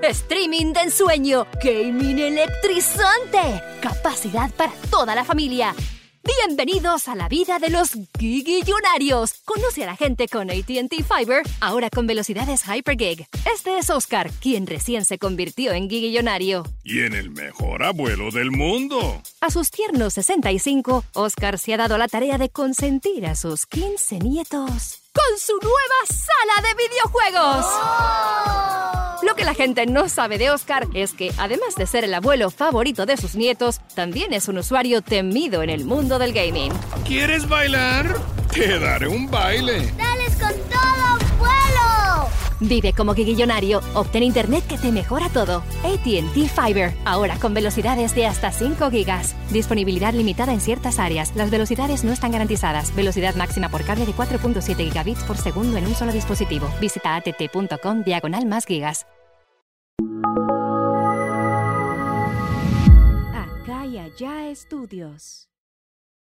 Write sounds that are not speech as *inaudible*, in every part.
Streaming de ensueño. Gaming electrizante. Capacidad para toda la familia. Bienvenidos a la vida de los gigillonarios. Conoce a la gente con ATT Fiber, ahora con velocidades Hypergig. Este es Oscar, quien recién se convirtió en gigillonario. Y en el mejor abuelo del mundo. A sus tiernos 65, Oscar se ha dado la tarea de consentir a sus 15 nietos con su nueva sala de videojuegos. Lo que la gente no sabe de Oscar es que, además de ser el abuelo favorito de sus nietos, también es un usuario temido en el mundo del gaming. ¿Quieres bailar? Te daré un baile. ¡Dales con todo, vuelo! Vive como guiguillonario, obtén internet que te mejora todo. ATT Fiber, ahora con velocidades de hasta 5 gigas. Disponibilidad limitada en ciertas áreas. Las velocidades no están garantizadas. Velocidad máxima por cable de 4.7 gigabits por segundo en un solo dispositivo. Visita att.com diagonal más gigas. Acá y allá estudios.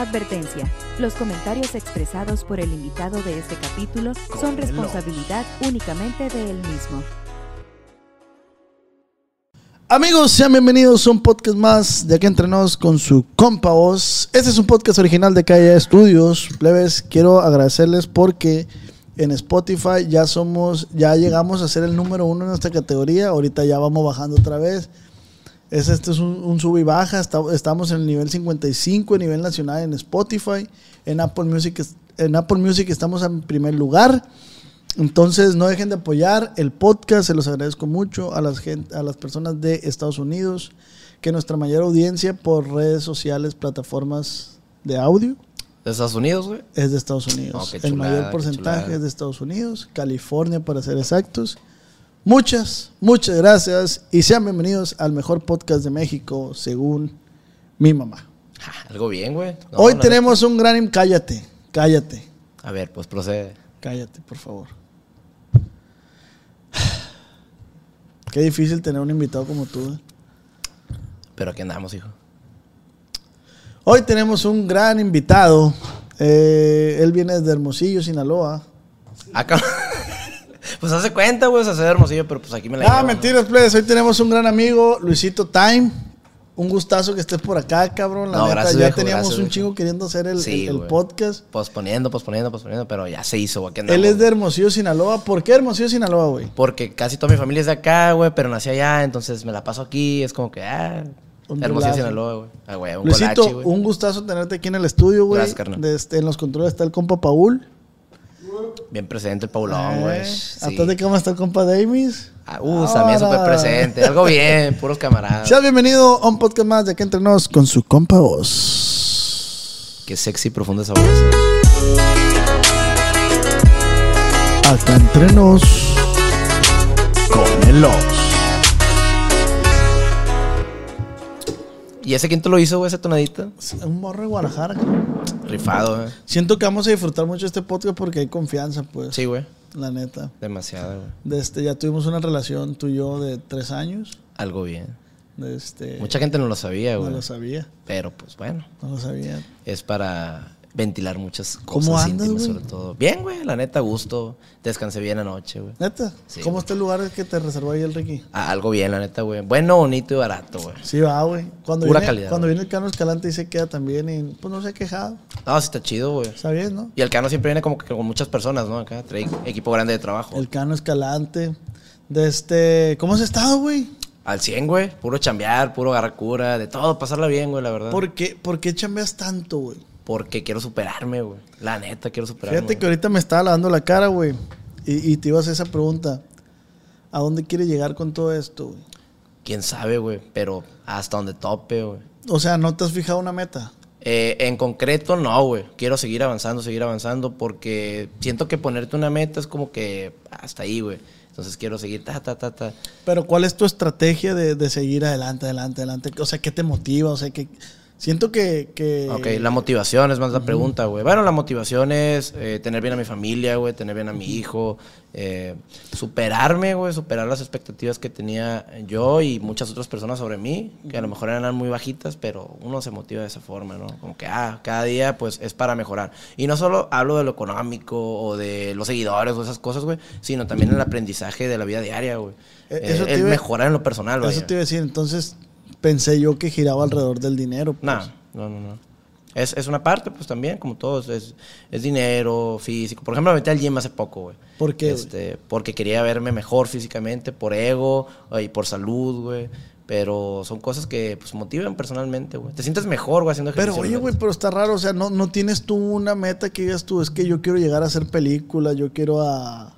Advertencia. Los comentarios expresados por el invitado de este capítulo son responsabilidad únicamente de él mismo. Amigos, sean bienvenidos a un podcast más de Aquí Entre Nos con su compa voz. Este es un podcast original de Calle Estudios. Plebes, quiero agradecerles porque en Spotify ya somos, ya llegamos a ser el número uno en nuestra categoría. Ahorita ya vamos bajando otra vez. Es, este es un, un sub y baja. Está- estamos en el nivel 55 a nivel nacional en Spotify. En Apple Music, es- en Apple Music estamos en primer lugar. Entonces, no dejen de apoyar el podcast, se los agradezco mucho a las, gen- a las personas de Estados Unidos, que nuestra mayor audiencia por redes sociales, plataformas de audio, ¿De Estados Unidos, güey? es de Estados Unidos. Oh, qué el chulada, mayor qué porcentaje chulada. es de Estados Unidos, California para ser exactos. Muchas, muchas gracias y sean bienvenidos al mejor podcast de México, según mi mamá. Algo bien, güey. No, Hoy no, tenemos un gran... im- Cállate, cállate. A ver, pues procede. Cállate, por favor. Qué difícil tener un invitado como tú. ¿eh? Pero aquí andamos, hijo. Hoy tenemos un gran invitado. Eh, él viene desde Hermosillo, Sinaloa. Acá. *laughs* pues hace cuenta, güey. Se hace de hermosillo, pero pues aquí me la Ah, llevo, ¿no? mentiras, plebes. Hoy tenemos un gran amigo, Luisito Time. Un gustazo que estés por acá, cabrón. La No, neta, gracias, ya viejo, teníamos gracias, un viejo. chingo queriendo hacer el, Sí, el- el güey. podcast. Posponiendo, posponiendo, posponiendo, pero ya se hizo, güey. Aquí andamos. Él es de Hermosillo, Sinaloa. ¿Por qué Hermosillo, Sinaloa, güey? Porque casi toda mi familia es de acá, güey, pero nací allá, entonces me la paso aquí. Es como que, ah. Un Hermosillo, relajo. Sinaloa, güey. Ah, güey, un Luisito, colache, güey. un gustazo tenerte aquí en el estudio, güey. Gracias, carnal. De este, en los controles está el compa Paul. Bien presente el Paulón, güey. Eh, Sí. Atrás de cama está el compa Davis. Ah, uh, también Ahora. súper presente. Algo bien, *laughs* puros camaradas. Seas bienvenido a un podcast más de Aquí Entre Nos con su compa Voz. Qué sexy y profunda esa voz. eh. Acá Entre Nos con el Oz. ¿Y ese quién te lo hizo, güey, esa tonadita? Un morro de Guadalajara, cabrón. Rifado, ¿eh? güey. Siento que vamos a disfrutar mucho este podcast porque hay confianza, pues. Sí, güey. La neta. Demasiado, güey. De este, ya tuvimos una relación tú y yo de tres años. Algo bien. De este, Mucha gente no lo sabía, no güey. lo sabía. Pero pues bueno, No lo sabía. es para ventilar muchas cosas ¿Cómo andas, íntimas, güey? sobre todo. Bien, güey, la neta, a gusto. Descansé bien anoche, *laughs* güey. ¿Neta? Sí, ¿Cómo güey. está el lugar que te reservó ahí el Ricky? A- Algo bien, la neta, güey. Bueno, bonito y barato, güey. Sí, va, güey. Cuando, Pura viene, calidad, cuando güey. viene el Cano Escalante y se queda también y pues no se ha quejado. No, sí está chido, güey. Está bien, ¿no? Y el cano siempre viene como que con muchas personas, ¿no? Acá trae equipo grande de trabajo. El Cano Escalante. De este, ¿Cómo has estado, güey? Al 100, güey. Puro chambear, puro agarrar cura, de todo, pasarla bien, güey, la verdad. ¿Por qué, ¿Por qué chambeas tanto, güey? Porque quiero superarme, güey. La neta, quiero superarme. Fíjate que güey. ahorita me estaba lavando la cara, güey. Y, y te iba a hacer esa pregunta. ¿A dónde quieres llegar con todo esto, güey? Quién sabe, güey. Pero hasta donde tope, güey. O sea, ¿no te has fijado una meta? Eh, en concreto, no, güey. Quiero seguir avanzando, seguir avanzando, porque siento que ponerte una meta es como que hasta ahí, güey. Entonces quiero seguir ta, ta, ta, ta. Pero ¿cuál es tu estrategia de, de seguir adelante, adelante, adelante? O sea, ¿qué te motiva? O sea, que siento que... que Ok, la motivación es más la pregunta, güey. Bueno, la motivación es eh, tener bien a mi familia, güey, tener bien a mi hijo, eh, superarme, güey, superar las expectativas que tenía yo y muchas otras personas sobre mí, que a lo mejor eran muy bajitas, pero uno se motiva de esa forma, ¿no? Como que, ah, cada día, pues, es para mejorar. Y no solo hablo de lo económico o de los seguidores o esas cosas, güey, sino también el aprendizaje de la vida diaria, güey. Eh, Eh, eso te el iba- mejorar en lo personal, güey. Eso te iba a decir, entonces pensé yo que giraba alrededor del dinero. pues. No, no, no, no. Es, es una parte, pues también, como todos, es, es dinero físico. Por ejemplo, me metí al gym hace poco, güey. ¿Por qué, güey? Este, porque quería verme mejor físicamente, por ego eh, y por salud, güey. Pero son cosas que pues, motivan personalmente, güey. Te sientes mejor, güey, haciendo ejercicio. Pero oye, la güey, neta. pero está raro, o sea, no, no tienes tú una meta que digas tú, es que yo quiero llegar a hacer películas, yo quiero a,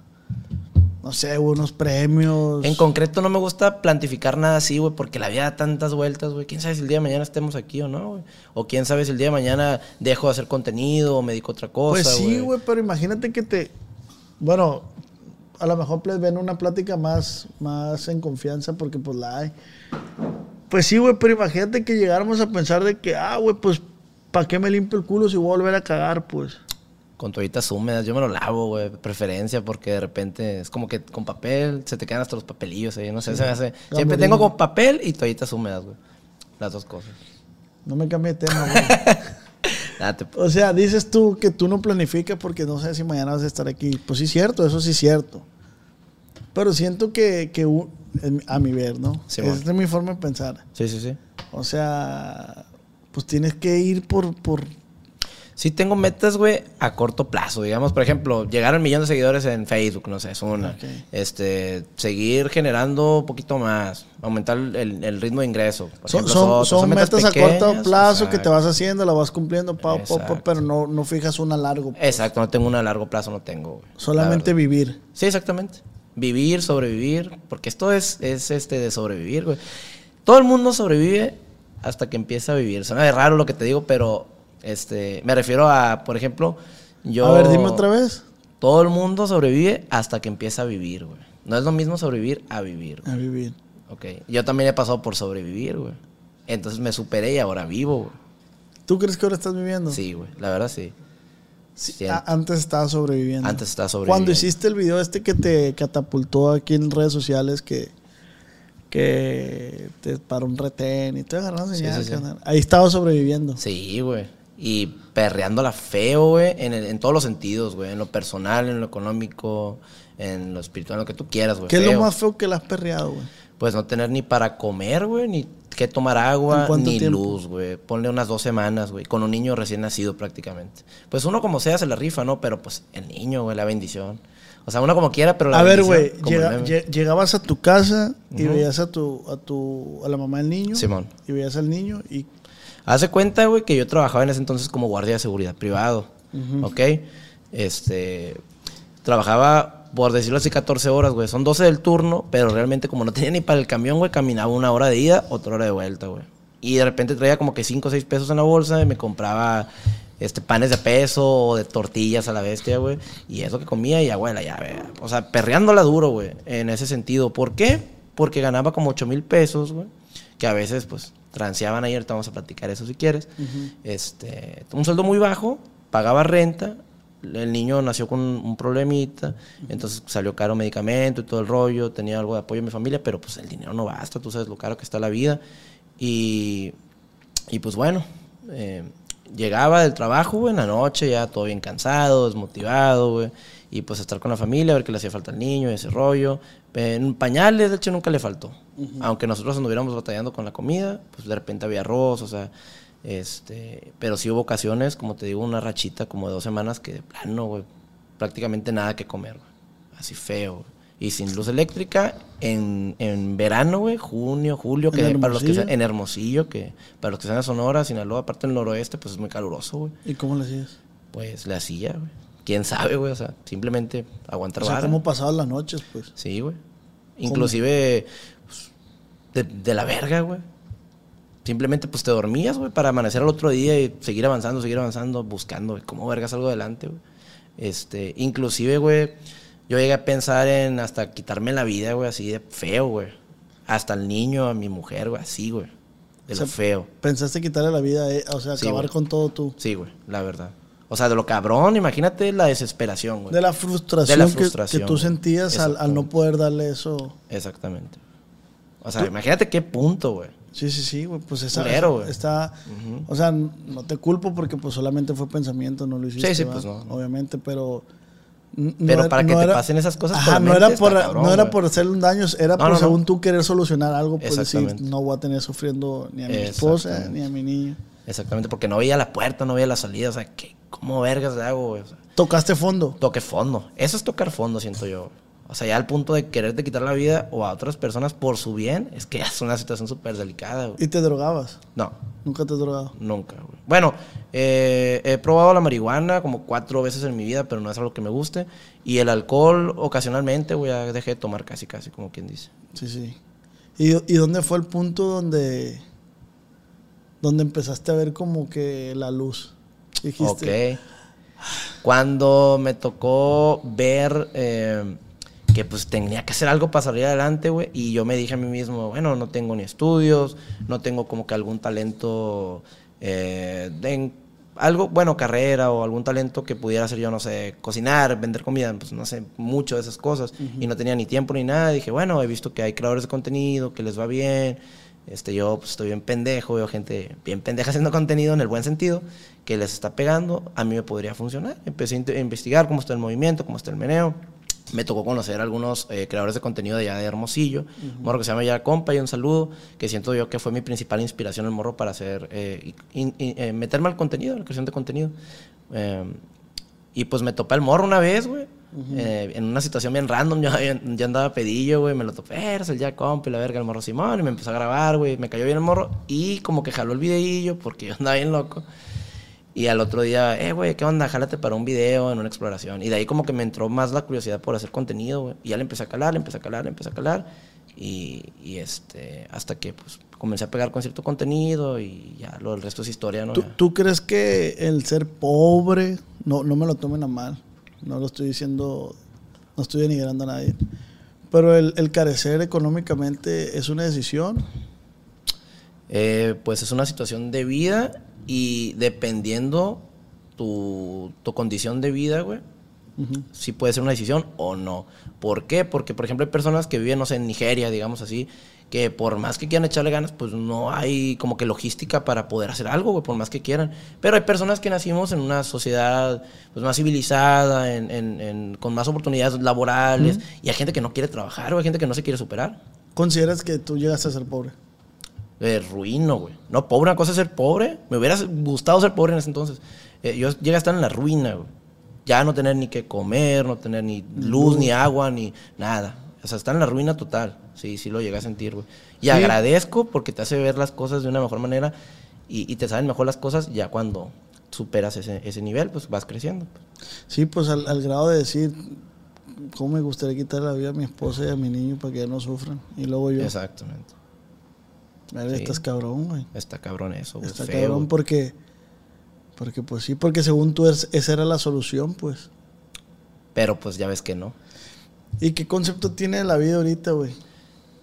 no sé, unos premios. En concreto, no me gusta plantificar nada así, güey, porque la vida da tantas vueltas, güey. Quién sabe si el día de mañana estemos aquí o no, güey. O quién sabe si el día de mañana dejo de hacer contenido o me dedico a otra cosa, Pues sí, güey. güey, pero imagínate que te. Bueno, a lo mejor pues, ven una plática más, más en confianza porque pues la hay. Pues sí, güey, pero imagínate que llegáramos a pensar de que, ah, güey, pues, ¿para qué me limpio el culo si voy a volver a cagar, pues? Con toallitas húmedas, yo me lo lavo, güey, preferencia, porque de repente es como que con papel se te quedan hasta los papelillos ahí, no sé, se me hace. Siempre Gamberín. tengo con papel y toallitas húmedas, güey. Las dos cosas. No me cambié de tema, güey. Nada, Ah, te- o sea, dices tú que tú no planificas porque no sé si mañana vas a estar aquí. Pues sí, cierto, eso sí es cierto. Pero siento que, que u- en- a mi ver, ¿no? Sí, Esa man. es mi forma de pensar. Sí, sí, sí. O sea, pues tienes que ir por, por, Sí tengo metas, güey, a corto plazo, digamos, por ejemplo, llegar al millón de seguidores en Facebook, no sé, es una. Ok. Este, seguir generando un poquito más, aumentar el, el ritmo de ingreso. Por Son, ejemplo, son- otras, son metas, a corto pequeñas, plazo que te exacto. vas haciendo, la vas cumpliendo, pa, pa, pa, Exacto. pero no, no fijas una a largo. Exacto, no tengo una a largo plazo, no tengo, güey. la Solamente verdad. vivir. Sí, exactamente. Vivir, sobrevivir, porque esto es, es este de sobrevivir, güey. Todo el mundo sobrevive hasta que empieza a vivir. Suena raro lo que te digo, pero este, me refiero a, por ejemplo, yo... A ver, dime otra vez. Todo el mundo sobrevive hasta que empieza a vivir, güey. No es lo mismo sobrevivir a vivir, güey. A vivir. Ok. Yo también he pasado por sobrevivir, güey. Entonces me superé y ahora vivo, güey. ¿Tú crees que ahora estás viviendo? Sí, güey. La verdad, sí. Sí, Siento. a- antes estaba sobreviviendo. Antes estaba sobreviviendo. Cuando hiciste el video este que te catapultó aquí en redes sociales que, que te paró un retén y te agarraron Sí, señal, sí, sí. carnal. Ahí estaba sobreviviendo. Sí, güey. Y perreándola feo, güey, en, el- en todos los sentidos, güey. En lo personal, en lo económico, en lo espiritual, en lo que tú quieras, güey. ¿Qué es pues, feo. lo más feo que le has perreado, güey? Pues no tener ni para comer, güey, ni que tomar agua, ¿En cuánto ni tiempo? luz, güey. Ponle unas dos semanas, güey, con un niño recién nacido prácticamente. Pues uno como sea se la rifa, ¿no? Pero pues el niño, güey, la bendición. O sea, uno como quiera, pero la A ver, güey, bendición, como llega- el meme. lle- llegabas a tu casa y veías a tu, a tu, a la mamá del niño. Simón. Y veías al niño y Hace cuenta, güey, que yo trabajaba en ese entonces como guardia de seguridad privado. ¿Ok? Este. Trabajaba, por decirlo así, 14 horas, güey. Son 12 del turno, pero realmente, como no tenía ni para el camión, güey, caminaba una hora de ida, otra hora de vuelta, güey. Y de repente traía como que 5 o 6 pesos en la bolsa y me compraba. Este, panes de peso o de tortillas a la bestia, güey. Y eso que comía y abuela, ya, güey. O sea, perreándola duro, güey. En ese sentido. ¿Por qué? Porque ganaba como 8 mil pesos, güey que a veces pues transeaban ayer, te vamos a platicar eso si quieres. Este, un sueldo muy bajo, pagaba renta, el niño nació con un problemita, entonces salió caro medicamento y todo el rollo, tenía algo de apoyo en mi familia, pero pues el dinero no basta, tú sabes lo caro que está la vida. Y, y, pues bueno, eh, llegaba del trabajo, güey, en la noche, ya todo bien cansado, desmotivado, güey. Y pues estar con la familia, ver qué le hacía falta al niño, ese rollo. En pañales, de hecho, nunca le faltó. Aunque nosotros anduviéramos batallando con la comida, pues de repente había arroz, o sea. Este, pero sí hubo ocasiones, como te digo, una rachita como de dos semanas que de plano, güey, prácticamente nada que comer, güey. Así feo, güey. Y sin luz eléctrica en, en verano, güey, junio, julio, que ¿En para los que Hermosillo? se- en Hermosillo, que para los que sean de Sonora, Sinaloa, aparte del noroeste, pues es muy caluroso, güey. ¿Y cómo le hacías? Pues la silla, güey. Quién sabe, güey, o sea, simplemente aguantar O sea, vara. ¿cómo pasaban las noches, pues? Sí, güey. Inclusive pues, de, de la verga, güey. Simplemente pues te dormías, güey, para amanecer al otro día y seguir avanzando, seguir avanzando, buscando, güey, cómo vergas algo adelante, güey. Este, inclusive, güey, yo llegué a pensar en hasta quitarme la vida, güey, así de feo, güey. Hasta el niño, a mi mujer, güey, así, güey. De O lo sea, feo. Pensaste quitarle la vida, a e- o sea, Sí, acabar güey. con todo tú. Sí, güey, la verdad. O sea, de lo cabrón, imagínate la desesperación, güey. De la frustración, De la que- frustración, que, tú güey. sentías al, al no Exactamente. poder darle eso. Exactamente. O sea, imagínate qué punto, güey. Sí, sí, sí, güey. Pues esa, Culero, güey. está, o sea, n- no te culpo porque pues solamente fue pensamiento, no lo hiciste. Sí, sí, ¿va? pues, no. Obviamente, pero n- no Pero era- para que no te era- pasen esas cosas por Ajá, la no mente era está por cabrón, no era güey. por hacer un daño, era No, por no, no. según tú querer solucionar algo, pues decir, Exactamente. no voy a tener sufriendo ni a mi esposa ni a mi niño. Exactamente, porque no veía la puerta, no veía la salida. O sea, ¿qué, ¿cómo vergas le hago, güey? O sea, Tocaste fondo. toque fondo. Eso es tocar fondo, siento yo. O sea, ya al punto de quererte quitar la vida o a otras personas por su bien, es que ya es una situación súper delicada, güey. Y te drogabas. No, Nunca te has drogado. nunca, güey. Bueno, eh, he probado la marihuana como cuatro veces en mi vida, pero no es algo que me guste. Y el alcohol, ocasionalmente, güey, ya dejé de tomar casi, casi, como quien dice. Sí, sí. ¿Y, y dónde fue el punto donde, donde empezaste a ver como que la luz? Dijiste. Ok. Cuando me tocó ver eh, que pues tenía que hacer algo para salir adelante, güey, y yo me dije a mí mismo, bueno, no tengo ni estudios, no tengo como que algún talento eh, en algo, bueno, carrera o algún talento que pudiera hacer yo, no sé, cocinar, vender comida, pues no sé, mucho de esas cosas, y no tenía ni tiempo ni nada, dije, bueno, he visto que hay creadores de contenido, que les va bien, este, yo pues, estoy bien pendejo, veo gente bien pendeja haciendo contenido en el buen sentido, que les está pegando, a mí me podría funcionar. Empecé a inte- a investigar cómo está el movimiento, cómo está el meneo. Me tocó conocer algunos eh, creadores de contenido de allá de Hermosillo, un morro que se llama Ya Compa, y un saludo, que siento yo que fue mi principal inspiración el morro para hacer, eh, in- in- eh, meterme al contenido, a la creación de contenido. Eh, y pues me topé al morro una vez, güey. Eh, en una situación bien random, yo, eh, yo andaba pedillo, güey, me lo topé, eres el ya compa y la verga, el morro Simón, y me empezó a grabar, güey, me cayó bien el morro y como que jaló el videillo porque yo andaba bien loco. Y al otro día, eh, güey, ¿qué onda? Jálate para un video, en una exploración. Y de ahí como que me entró más la curiosidad por hacer contenido, güey. Y ya le empecé a calar, le empecé a calar, le empecé a calar. Y, y este, hasta que pues comencé a pegar con cierto contenido y ya lo, el resto es historia, ¿no? ¿Tú, Ya. tú crees que el ser pobre, no, no me lo tomen a mal, no lo estoy diciendo, no estoy denigrando a nadie, pero el, el carecer económicamente es una decisión? Eh, pues es una situación de vida y dependiendo tu, tu condición de vida, güey, si puede ser una decisión o no. ¿Por qué? Porque, por ejemplo, hay personas que viven, no sé, en Nigeria, digamos así, que por más que quieran echarle ganas, pues no hay como que logística para poder hacer algo, güey, por más que quieran. Pero hay personas que nacimos en una sociedad pues, más civilizada, en, en- en- con más oportunidades laborales, y hay gente que no quiere trabajar, o hay gente que no se quiere superar. ¿Consideras que tú llegaste a ser pobre? Eh, ruino, güey. No, pobre, una cosa es ser pobre. Me hubiera gustado ser pobre en ese entonces. Eh, yo llegué a estar en la ruina, güey. Ya no tener ni qué comer, no tener ni luz, ni agua, ni nada. O sea, estar en la ruina total. Sí, sí lo llegué a sentir, güey. Y agradezco porque te hace ver las cosas de una mejor manera y, y te saben mejor las cosas ya cuando superas ese, ese nivel, pues vas creciendo. Sí, pues al, al grado de decir, ¿cómo me gustaría quitar la vida a mi esposa y a mi niño para que ya no sufran? Y luego yo, Exactamente. "Mira, sí. estás cabrón, güey. Está cabrón eso, güey. Está Pues Feo, cabrón güey. porque, porque pues sí, porque según tú es- esa era la solución, pues. Pero pues ya ves que no. ¿Y qué concepto tiene de la vida ahorita, güey?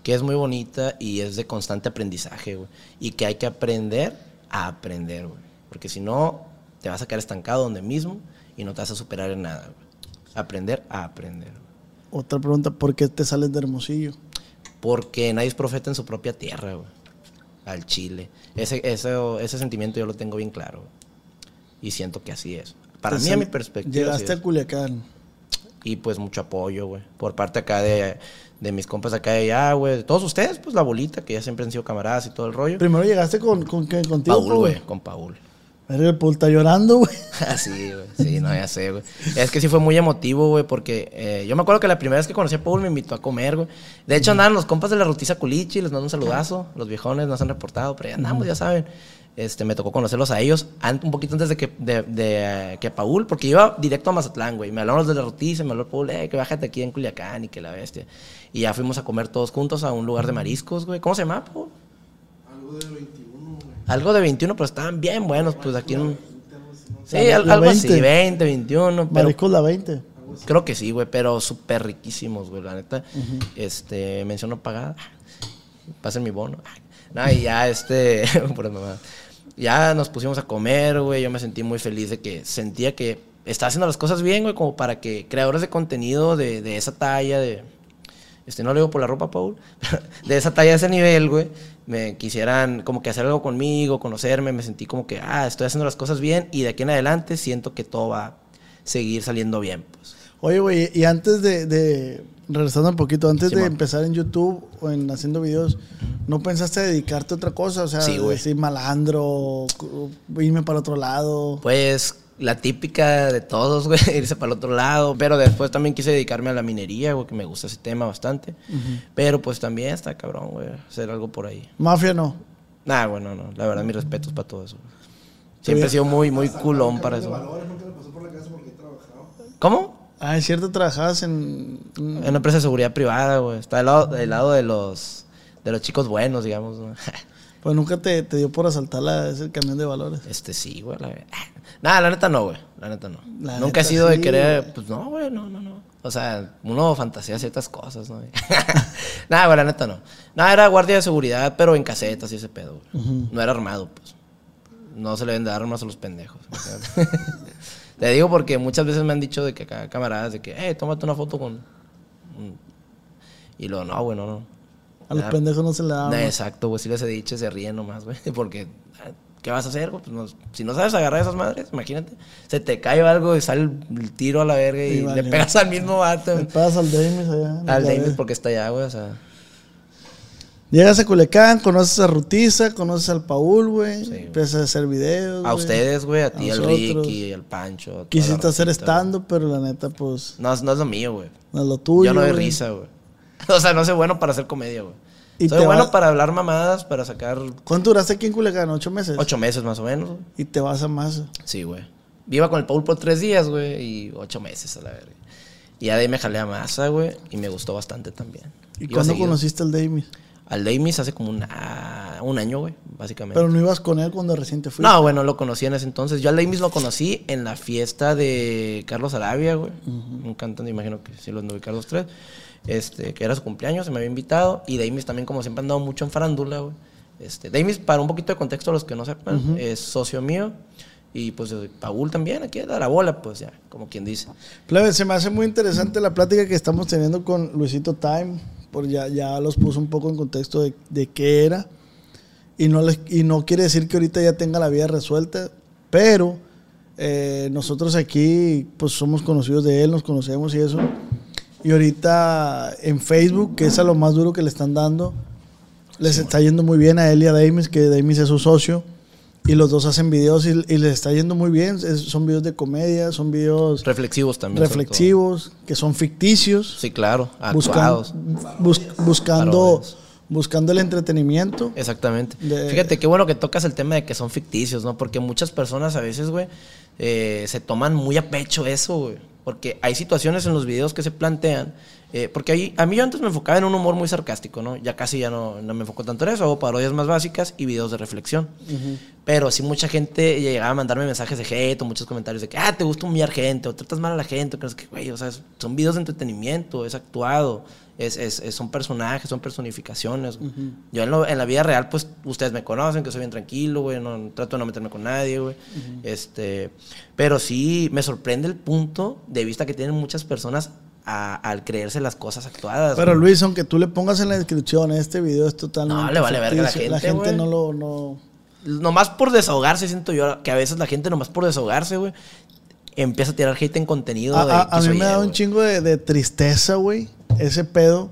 que es muy bonita y es de constante aprendizaje, güey. Y que hay que aprender a aprender, güey. Porque si no, te vas a quedar estancado donde mismo y no te vas a superar en nada, güey. Aprender a aprender. güey. Otra pregunta, ¿por qué te sales de Hermosillo? Porque nadie es profeta en su propia tierra, güey. Al Chile. Ese, eso- ese sentimiento yo lo tengo bien claro. güey. Y siento que así es. Para mí, Entonces, a mi perspectiva. así Llegaste es. a Culiacán. Y pues mucho apoyo, güey. Por parte acá de, de mis compas acá de allá, güey. de Todos ustedes, pues la bolita, que ya siempre han sido camaradas y todo el rollo. Primero llegaste con, con, qué? contigo. Paul, Pau? güey. Con Paul. *laughs* Verga, el Paul está llorando, güey. Así, güey. Sí, no, ya sé, güey. Es que sí fue muy emotivo, güey, porque eh, yo me acuerdo que la primera vez que conocí a Paul me invitó a comer, güey. De hecho, andaban los compas de la Rutiza Culichi, les mando un saludazo. Los viejones nos han reportado, pero ya andamos, ya saben. Este, me tocó conocerlos a ellos an- un poquito antes de que, de, de, eh, que Paul, porque iba directo a Mazatlán, güey. Me hablaron los de la Rutiza, me habló Paul, eh, que bájate aquí en Culiacán y que la bestia. Y ya fuimos a comer todos juntos a un lugar de mariscos, güey. ¿Cómo se llama, Paul? Algo de 21, pero estaban bien buenos, pues aquí en... Sí, La- al- la algo así, 20. 20, 21, pero Mariscos la 20. creo que sí, güey, pero súper riquísimos, güey, la neta. Este, menciono pagada. Pasen mi bono. Nah, y ya este, *laughs* puras mamadas. Ya nos pusimos a comer, güey, yo me sentí muy feliz de que sentía que estaba haciendo las cosas bien, güey, como para que creadores de contenido de, de esa talla, de... Este, no lo digo por la ropa, Paul, *laughs* de esa talla, de ese nivel, güey, me quisieran como que hacer algo conmigo, conocerme, me sentí como que, ah, estoy haciendo las cosas bien y de aquí en adelante siento que todo va a seguir saliendo bien, pues. Oye, güey, y antes de, de- Regresando un poquito, antes de Simón. empezar en YouTube o en haciendo videos, ¿no pensaste dedicarte a otra cosa? O sea, Sí, güey. decir malandro, cu- irme para otro lado. Pues la típica de todos, güey, *laughs* irse para el otro lado. Pero después también quise dedicarme a la minería, güey, que me gusta ese tema bastante. Pero pues también está cabrón, güey, hacer algo por ahí. Mafia no. Nah, güey, no, no. La verdad, mis respetos para todo eso. güey. Siempre he sido muy, muy culón para eso. ¿Cómo? Ah, es cierto, trabajabas en. En una empresa de seguridad privada, güey. Está del lado, del lado de los de los chicos buenos, digamos. ¿no? *laughs* Pues nunca te, te dio por asaltar la, ese camión de valores. Este sí, güey. La... Nada, la neta no, güey. La neta no. La Nunca neta he sido sí, de querer. Pues no, güey, no, no, no. O sea, uno fantasea ciertas cosas, ¿no? *laughs* Nada, güey, la neta no. Nada, era guardia de seguridad, pero en casetas y ese pedo, güey. No era armado, pues. No se le deben de dar armas a los pendejos. *laughs* Te digo porque muchas veces me han dicho de que acá camaradas de que, eh, tómate una foto con. un-". Y luego, no, güey, no, no. A los Ah. Nah. pendejos no se le No, daba. exacto, güey. Si les he dicho, se ríen nomás, güey. *laughs* Porque, ah, ¿qué vas a hacer, güey? Pues no- si no sabes agarrar esas madres, imagínate. Se te cae algo y sale el tiro a la verga y, Y vale, le pegas al mismo vato. Le güey. pegas al Dames allá. en Al la David vez. porque está allá, güey. O sea, Llegas a Culiacán, conoces a Rutiza, conoces al Paul, güey. güey. Empiezas a hacer videos. a güey. ustedes, güey. A ti, A al nosotros. Ricky, al Pancho. a toda la Quisiste hacer racita, stand pero la neta, pues, güey. No, es- no es lo mío, güey. no es lo tuyo. Yo no doy güey. risa, güey. *laughs* O sea, no soy bueno para hacer comedia, güey. Y Soy te bueno va- Pues. para hablar mamadas, para sacar ¿Cuánto duraste aquí en Culiacán? ¿Ocho meses? ocho meses más o menos, güey. Y te vas a más. Sí, güey. Viva con el Paul por tres días, güey, y ocho meses a la verga. Y ya de ahí me jalé a masa, güey, y me gustó bastante también. ¿Y Iba cuándo seguido. conociste al Damis? Al Damis hace como una- un año, güey, básicamente. Pero no ibas con él cuando recién te fuiste. no, bueno, lo conocí en ese entonces. Yo al Damis lo conocí en la fiesta de Carlos Arabia, güey. Un cantante, imagino que sí lo anduve Carlos tres. Este, que era su cumpleaños, se me había invitado. Y Damis también, como siempre, ha andado mucho en farándula, güey. Este, Damis, para un poquito de contexto, los que no sepan, es socio mío. Y pues eh, Paul también, aquí da la bola, pues ya, como quien dice. Plebe, se me hace muy interesante la plática que estamos teniendo con Luisito Time. Por ya, ya los puso un poco en contexto de, de qué era. Y no, les, y no quiere decir que ahorita ya tenga la vida resuelta. Pero eh, nosotros aquí, pues somos conocidos de él, nos conocemos y eso. Y ahorita en Facebook, que es a lo más duro que le están dando, les está yendo muy bien a él y a Damis, que Damis es su socio. Y los dos hacen videos y, y les está yendo muy bien. Es- son videos de comedia, son videos Reflexivos también. sobre reflexivos, que son todo. ficticios, Sí, claro, buscan- actuados. eh, bus- buscando, Parodias. buscando el entretenimiento. Exactamente. De- Fíjate qué bueno que tocas el tema de que son ficticios, ¿no? Porque muchas personas a veces, güey, eh, se toman muy a pecho eso, güey. Porque hay situaciones en los videos que se plantean. eh, porque ahí, a mí yo antes me enfocaba en un humor muy sarcástico, ¿no? Ya casi ya no, no me enfoco tanto en eso. Hago parodias más básicas y videos de reflexión. Pero sí mucha gente llegaba a mandarme mensajes de hate o muchos comentarios de que, ah, te gusta humillar gente o tratas mal a la gente. O que, no sé qué, güey, o sea, es- son videos de entretenimiento, es actuado, es, es- es- son personajes, son personificaciones. güey. Yo en, lo- en la vida real, pues, ustedes me conocen, que soy bien tranquilo, güey, no, no- trato de no meterme con nadie, güey. este, pero sí me sorprende el punto de vista que tienen muchas personas a- al creerse las cosas actuadas. Pero güey. Luis, aunque tú le pongas en la descripción, este video es totalmente No, le vale verga a la ficticio", gente, güey. no lo... No, nomás por desahogarse, siento yo que a veces la gente nomás por desahogarse, güey, empieza a tirar hate en contenido. A, de a- a X o mí Y, me da un güey. chingo de, de tristeza, güey. Ese pedo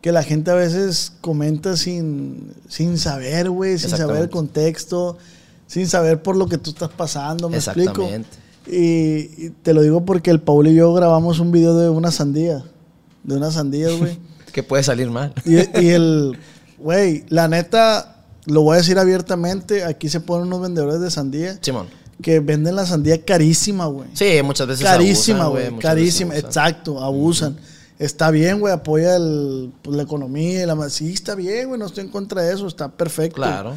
que la gente a veces comenta sin, sin saber, güey, sin saber el Exactamente. contexto, sin saber por lo que tú estás pasando, me explico. Exactamente. Y, y te lo digo porque el Paul y yo grabamos un video de una sandía, de una sandía, *laughs* güey. Que puede salir mal. Y, y el, güey, la neta, lo voy a decir abiertamente, aquí se ponen unos vendedores de sandía Simón. que venden la sandía carísima, güey. Sí, muchas veces. Carísima, abusan, güey. muchas veces Carísima, abusan. exacto, abusan. Está bien, güey, apoya el- pues, la economía y la... ma- Sí, está bien, güey, no estoy en contra de eso, está perfecto. Claro.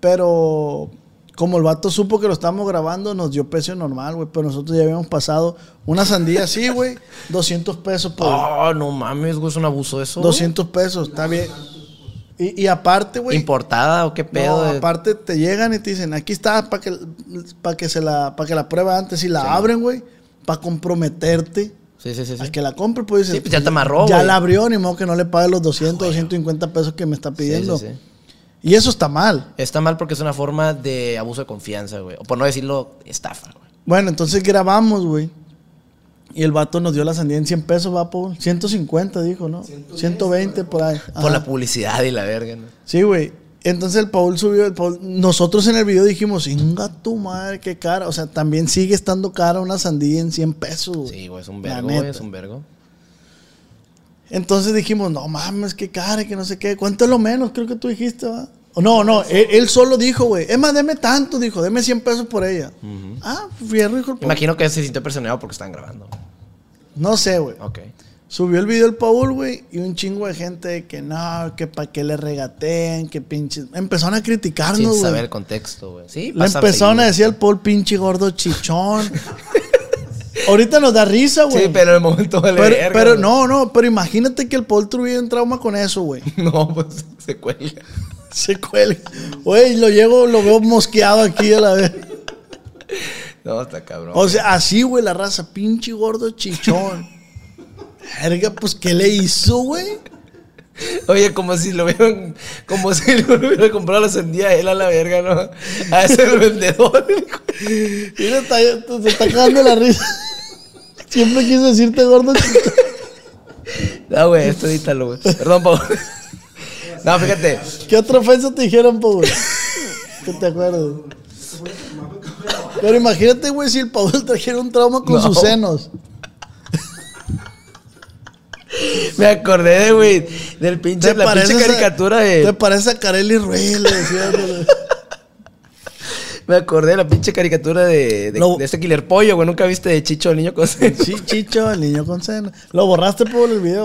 Pero como el vato supo que lo estábamos grabando, nos dio precio normal, güey. Pero nosotros ya habíamos pasado una sandía así, *laughs* güey, 200 pesos por... Oh, no mames, güey, es un abuso eso. güey. 200 pesos, está bien. Y, y aparte, güey... Importada o qué pedo. No, de- aparte te llegan y te dicen, aquí está para que, pa' que se la, para que la prueba antes y la abren, güey, para comprometerte Sí, sí, sí. sí. al que la compre, pues dices, Sí, pues, ya te amarró, Ya güey. Ah, la abrió, ni modo que no le pague los 200, 250 pesos que me está Sí, sí, pidiendo. sí. Y eso está mal. Está mal porque es una forma de abuso de confianza, güey. O por no decirlo, estafa, güey. Bueno, entonces grabamos, güey. Y el vato nos dio la sandía en 100 pesos, va, Paul. 150, dijo, ¿no? 120 por ahí. Por Ajá. la publicidad y la verga, ¿no? Sí, güey. Entonces el Paul subió, el Paul- nosotros en el video dijimos, inga tu madre, qué cara. O sea, también sigue estando cara una sandía en 100 pesos. güey. Sí, güey, es un Uh, La vergo, güey, neta. es un vergo. Entonces dijimos, no mames, qué cara, que no sé qué. ¿Cuánto es lo menos? Creo que tú dijiste, ¿va? O No, no, él, él solo dijo, güey. Es más, deme tanto, dijo, deme 100 pesos por ella. Ah, fierro, hijo. del Paul. Imagino que se sintió presionado porque están grabando. No sé, güey. Ok. Subió el video el Paul, güey, y un chingo de gente de que no, que pa' que le regateen, que pinches. Empezaron a criticarnos, Sin güey. saber el contexto, güey. Sí, Le empezaron a decir al Paul pinche gordo chichón. *laughs* Ahorita nos da risa, güey. Sí, pero en el momento vale pero, verga, pero güey. no, no, pero imagínate que el Paul tuviera un trauma con eso, güey. *laughs* No, pues se cuelga. Se cuelga. Güey, lo llevo, lo veo mosqueado aquí a la vez. No, está cabrón. O sea, así, güey, la raza, pinche gordo chichón. Verga, pues, ¿qué le hizo, güey? Oye, como si lo hubieran, como si *laughs* le hubiera comprado la sandía a él a la verga, ¿no? A ese vendedor. Mira, está- se está cagando la risa. Siempre quiso decirte gordo chichón. No, güey, esto edítalo, güey. Perdón, Pablo. No, fíjate. ¿Qué otra ofensa te dijeron, Paul? Que te acuerdas. Pero imagínate, güey, si el Paul trajera un trauma con No. sus senos. Me acordé de, güey, del pinche, la pinche a- caricatura Te de. parece a Carelli Ruiz, le decía, güey. Me acordé de la pinche caricatura de, de, Lo- de este killer pollo, güey. Nunca viste de Chicho el niño con *laughs* Sí, Chicho, el niño con senos. Lo borraste, Paul, el video.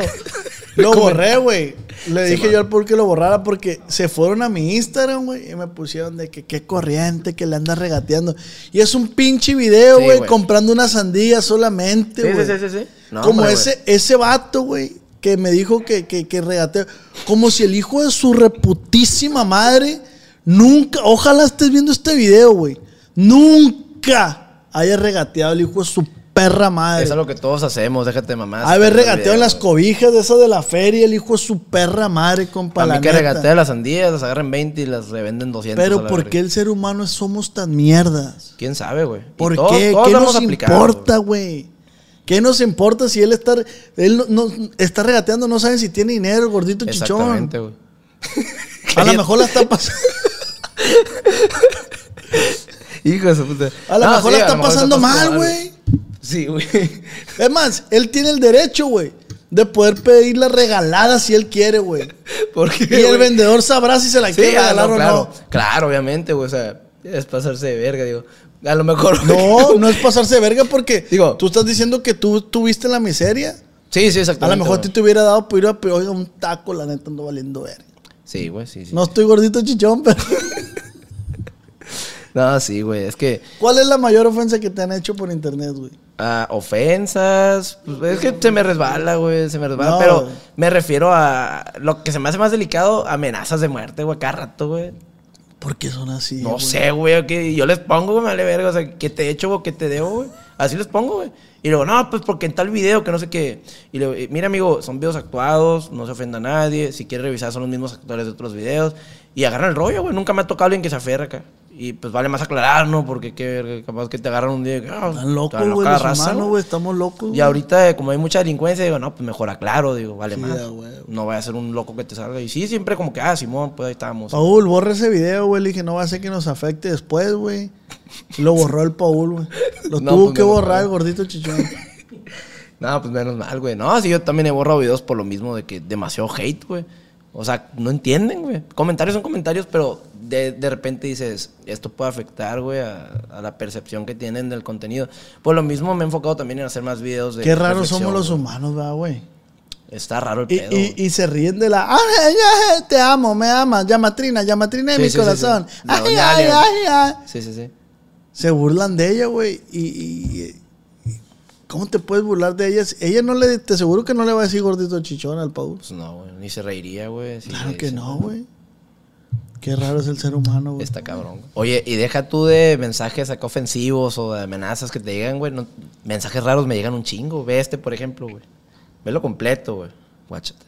Lo ¿Cómo? borré, güey. Le dije yo al Paul que lo borrara porque se fueron a mi Instagram, güey, y me pusieron de que qué corriente, que le anda regateando. Y es un pinche video, Sí, güey, güey. comprando una sandía solamente, Sí, sí, güey. sí, sí, sí. No, como hombre, ese, ese vato, güey, que me dijo que, que, que regatea. Como si el hijo de su reputísima madre nunca, ojalá estés viendo este video, güey. Nunca haya regateado el hijo de su perra madre. Eso *laughs* es lo que todos hacemos, déjate mamás. haber regateado en las cosas. cobijas de esas de la feria, el hijo de su perra madre, compa. Para la mí que neta. regatea las sandías, las agarran 20 y las revenden 200. a Pero la ¿por verga. qué el ser humano somos tan mierdas? ¿Quién sabe, güey? Y ¿Por todos- qué? todos ¿Qué lo hemos nos aplicado, importa, güey? ¿Qué nos importa si él está, él no- no- está regateando? No saben si tiene dinero, el gordito güey. chichón. Exactamente, güey. A lo mejor la *laughs* está pasando. Hijo de su puta. A lo No, mejor sí, la a está lo mejor pasando mal, pasando güey. Sí, güey. *laughs* Es más, él tiene el derecho, güey, de poder pedir la regalada si él quiere, *laughs* güey. Porque Y el vendedor sabrá si se la quiere regalar o ah, claro. no. *laughs* Claro, obviamente, güey. O sea, es pasarse de verga, digo. A lo mejor. *laughs* No, no es pasarse de verga porque Digo- tú estás diciendo que tú tuviste la miseria. Sí, sí, A exactamente. lo mejor a ti güey. te hubiera dado por ir a oiga, un taco, la neta, ando valiendo verga. Sí, güey, sí, sí. No estoy gordito chichón, *laughs* pero No, sí, güey. Es que. ¿cuál es la mayor ofensa que te han hecho por internet, güey? Ah, ofensas. pues, es que se me resbala, güey. Se me resbala. No. Pero me refiero a lo que se me hace más delicado, amenazas de muerte, güey, cada rato, güey. ¿Por qué son así? No güey? sé, güey. que Yo les pongo, güey, me vale verga. O sea, ¿qué te echo, güey? ¿Qué te debo, güey? Así les pongo, güey. Y luego, no, pues porque en tal video que no sé qué. Y luego, eh, mira, amigo, son videos actuados, no se ofenda a nadie. Si quieres revisar, son los mismos actores de otros videos. Y agarran el rollo, güey. Nunca me ha tocado alguien que se aferra acá. Y pues vale más aclarar, ¿no? Porque qué verga, capaz que te agarran un día y que, ah, Están locos, está güey, loca la los raza, humanos, ¿no? güey, estamos locos. Y ahorita, eh, como hay mucha delincuencia, digo, no, pues mejor aclaro, digo, vale Sí, más. a huevo. No vaya a ser un loco que te salga. Y sí, siempre como que, ah, Simón, pues ahí estamos. Paul, borra ese video, güey. Le dije, no va a ser que nos afecte después, güey. Lo borró el Paul, güey. Lo *laughs* No, tuvo pues, que no lo borrar borró. el gordito *laughs* chichón. No, pues menos mal, güey. No, sí, yo también he borrado videos por lo mismo de que demasiado hate, güey. O sea, no entienden, güey. Comentarios son comentarios, pero de, de repente dices, esto puede afectar, güey, a, a la percepción que tienen del contenido. Por lo mismo me he enfocado también en hacer más videos de. Qué raros reflexión, somos los güey. humanos, ¿verdad, güey. Está raro el Y, pedo. y, y se ríen de la. "Ay, ay, ay, te amo, me amas. Llamatrina, llamatrina de Sí, mi sí, sí, corazón. sí. La Ay, doña ay, Alien. ay, ay. Sí, sí, sí. Se burlan de ella, güey. Y, y- y- ¿Cómo te puedes burlar de ella? Ella no le. Te aseguro que no le va a decir gordito chichón al Paul. Pues no, güey. Ni se reiría, güey. si Claro le que dicen, no, güey. Qué raro es el ser humano, güey. Está cabrón. güey. Oye, y deja tú de mensajes acá ofensivos o de amenazas que te llegan, güey. no- mensajes raros me llegan un chingo. Ve este, por ejemplo, güey. Velo completo, güey. Guáchate.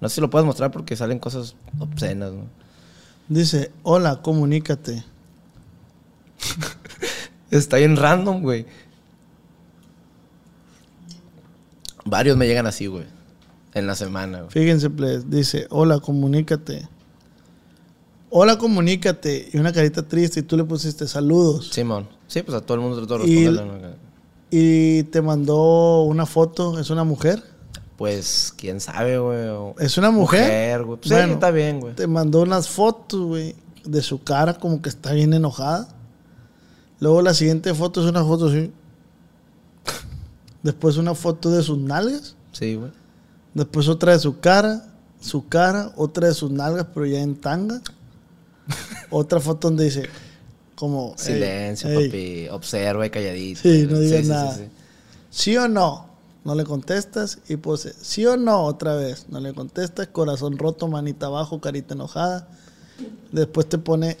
No sé si lo puedes mostrar porque salen cosas obscenas, ¿no? Dice, hola, comunícate. Está bien random, güey. Varios me llegan así, güey. En la semana, güey. Fíjense, please. Dice, hola, comunícate. Hola, comunícate. Y una carita triste y tú le pusiste saludos. Simón. Sí, pues a todo el mundo trato de Y- responderle. ¿no? Y te mandó una foto. ¿Es una mujer? Pues, quién sabe, güey. o- ¿Es una mujer? Mujer, güey. Pues, sí, Bueno, está bien, güey. Te mandó unas fotos, güey, de su cara como que está bien enojada. Luego la siguiente foto es una foto así. Después una foto de sus nalgas. Sí, güey. Después otra de su cara, su cara, otra de sus nalgas, pero ya en tanga. otra foto donde dice, como. "Ey, Silencio, ey, papi. Observa y calladito. Sí, no digas sí, nada. sí. ¿Sí o no? No le contestas y puse, ¿sí o no? Otra vez. No le contestas, corazón roto, manita abajo, carita enojada. Después te pone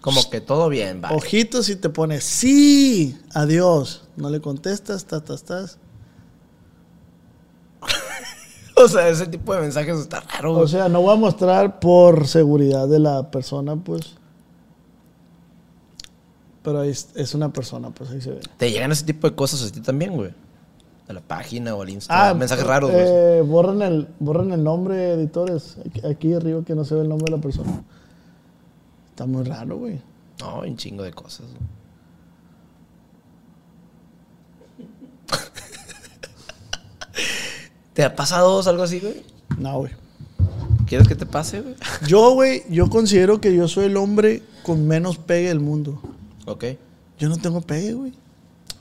Como que todo bien, va. ojitos y te pone, sí, adiós. No le contestas, tas, tas, tas. *laughs* O sea, ese tipo de mensajes está raro, güey. O sea, no voy a mostrar por seguridad de la persona, pues. Pero ahí es, es una persona, pues ahí se ve. Te llegan ese tipo de cosas a ti también, güey. A la página o al Instagram. mensajes raros, Ah, güey. Ah, eh, borren, el, borren el nombre, editores. Aquí, aquí arriba que no se ve el nombre de la persona. Está muy raro, güey. No, un chingo de cosas. güey. *laughs* ¿Te ha pasado algo así, güey? No, güey. ¿Quieres que te pase, güey? Yo, güey, yo considero que yo soy el hombre con menos pegue del mundo. Ok. Yo no tengo pegue, güey.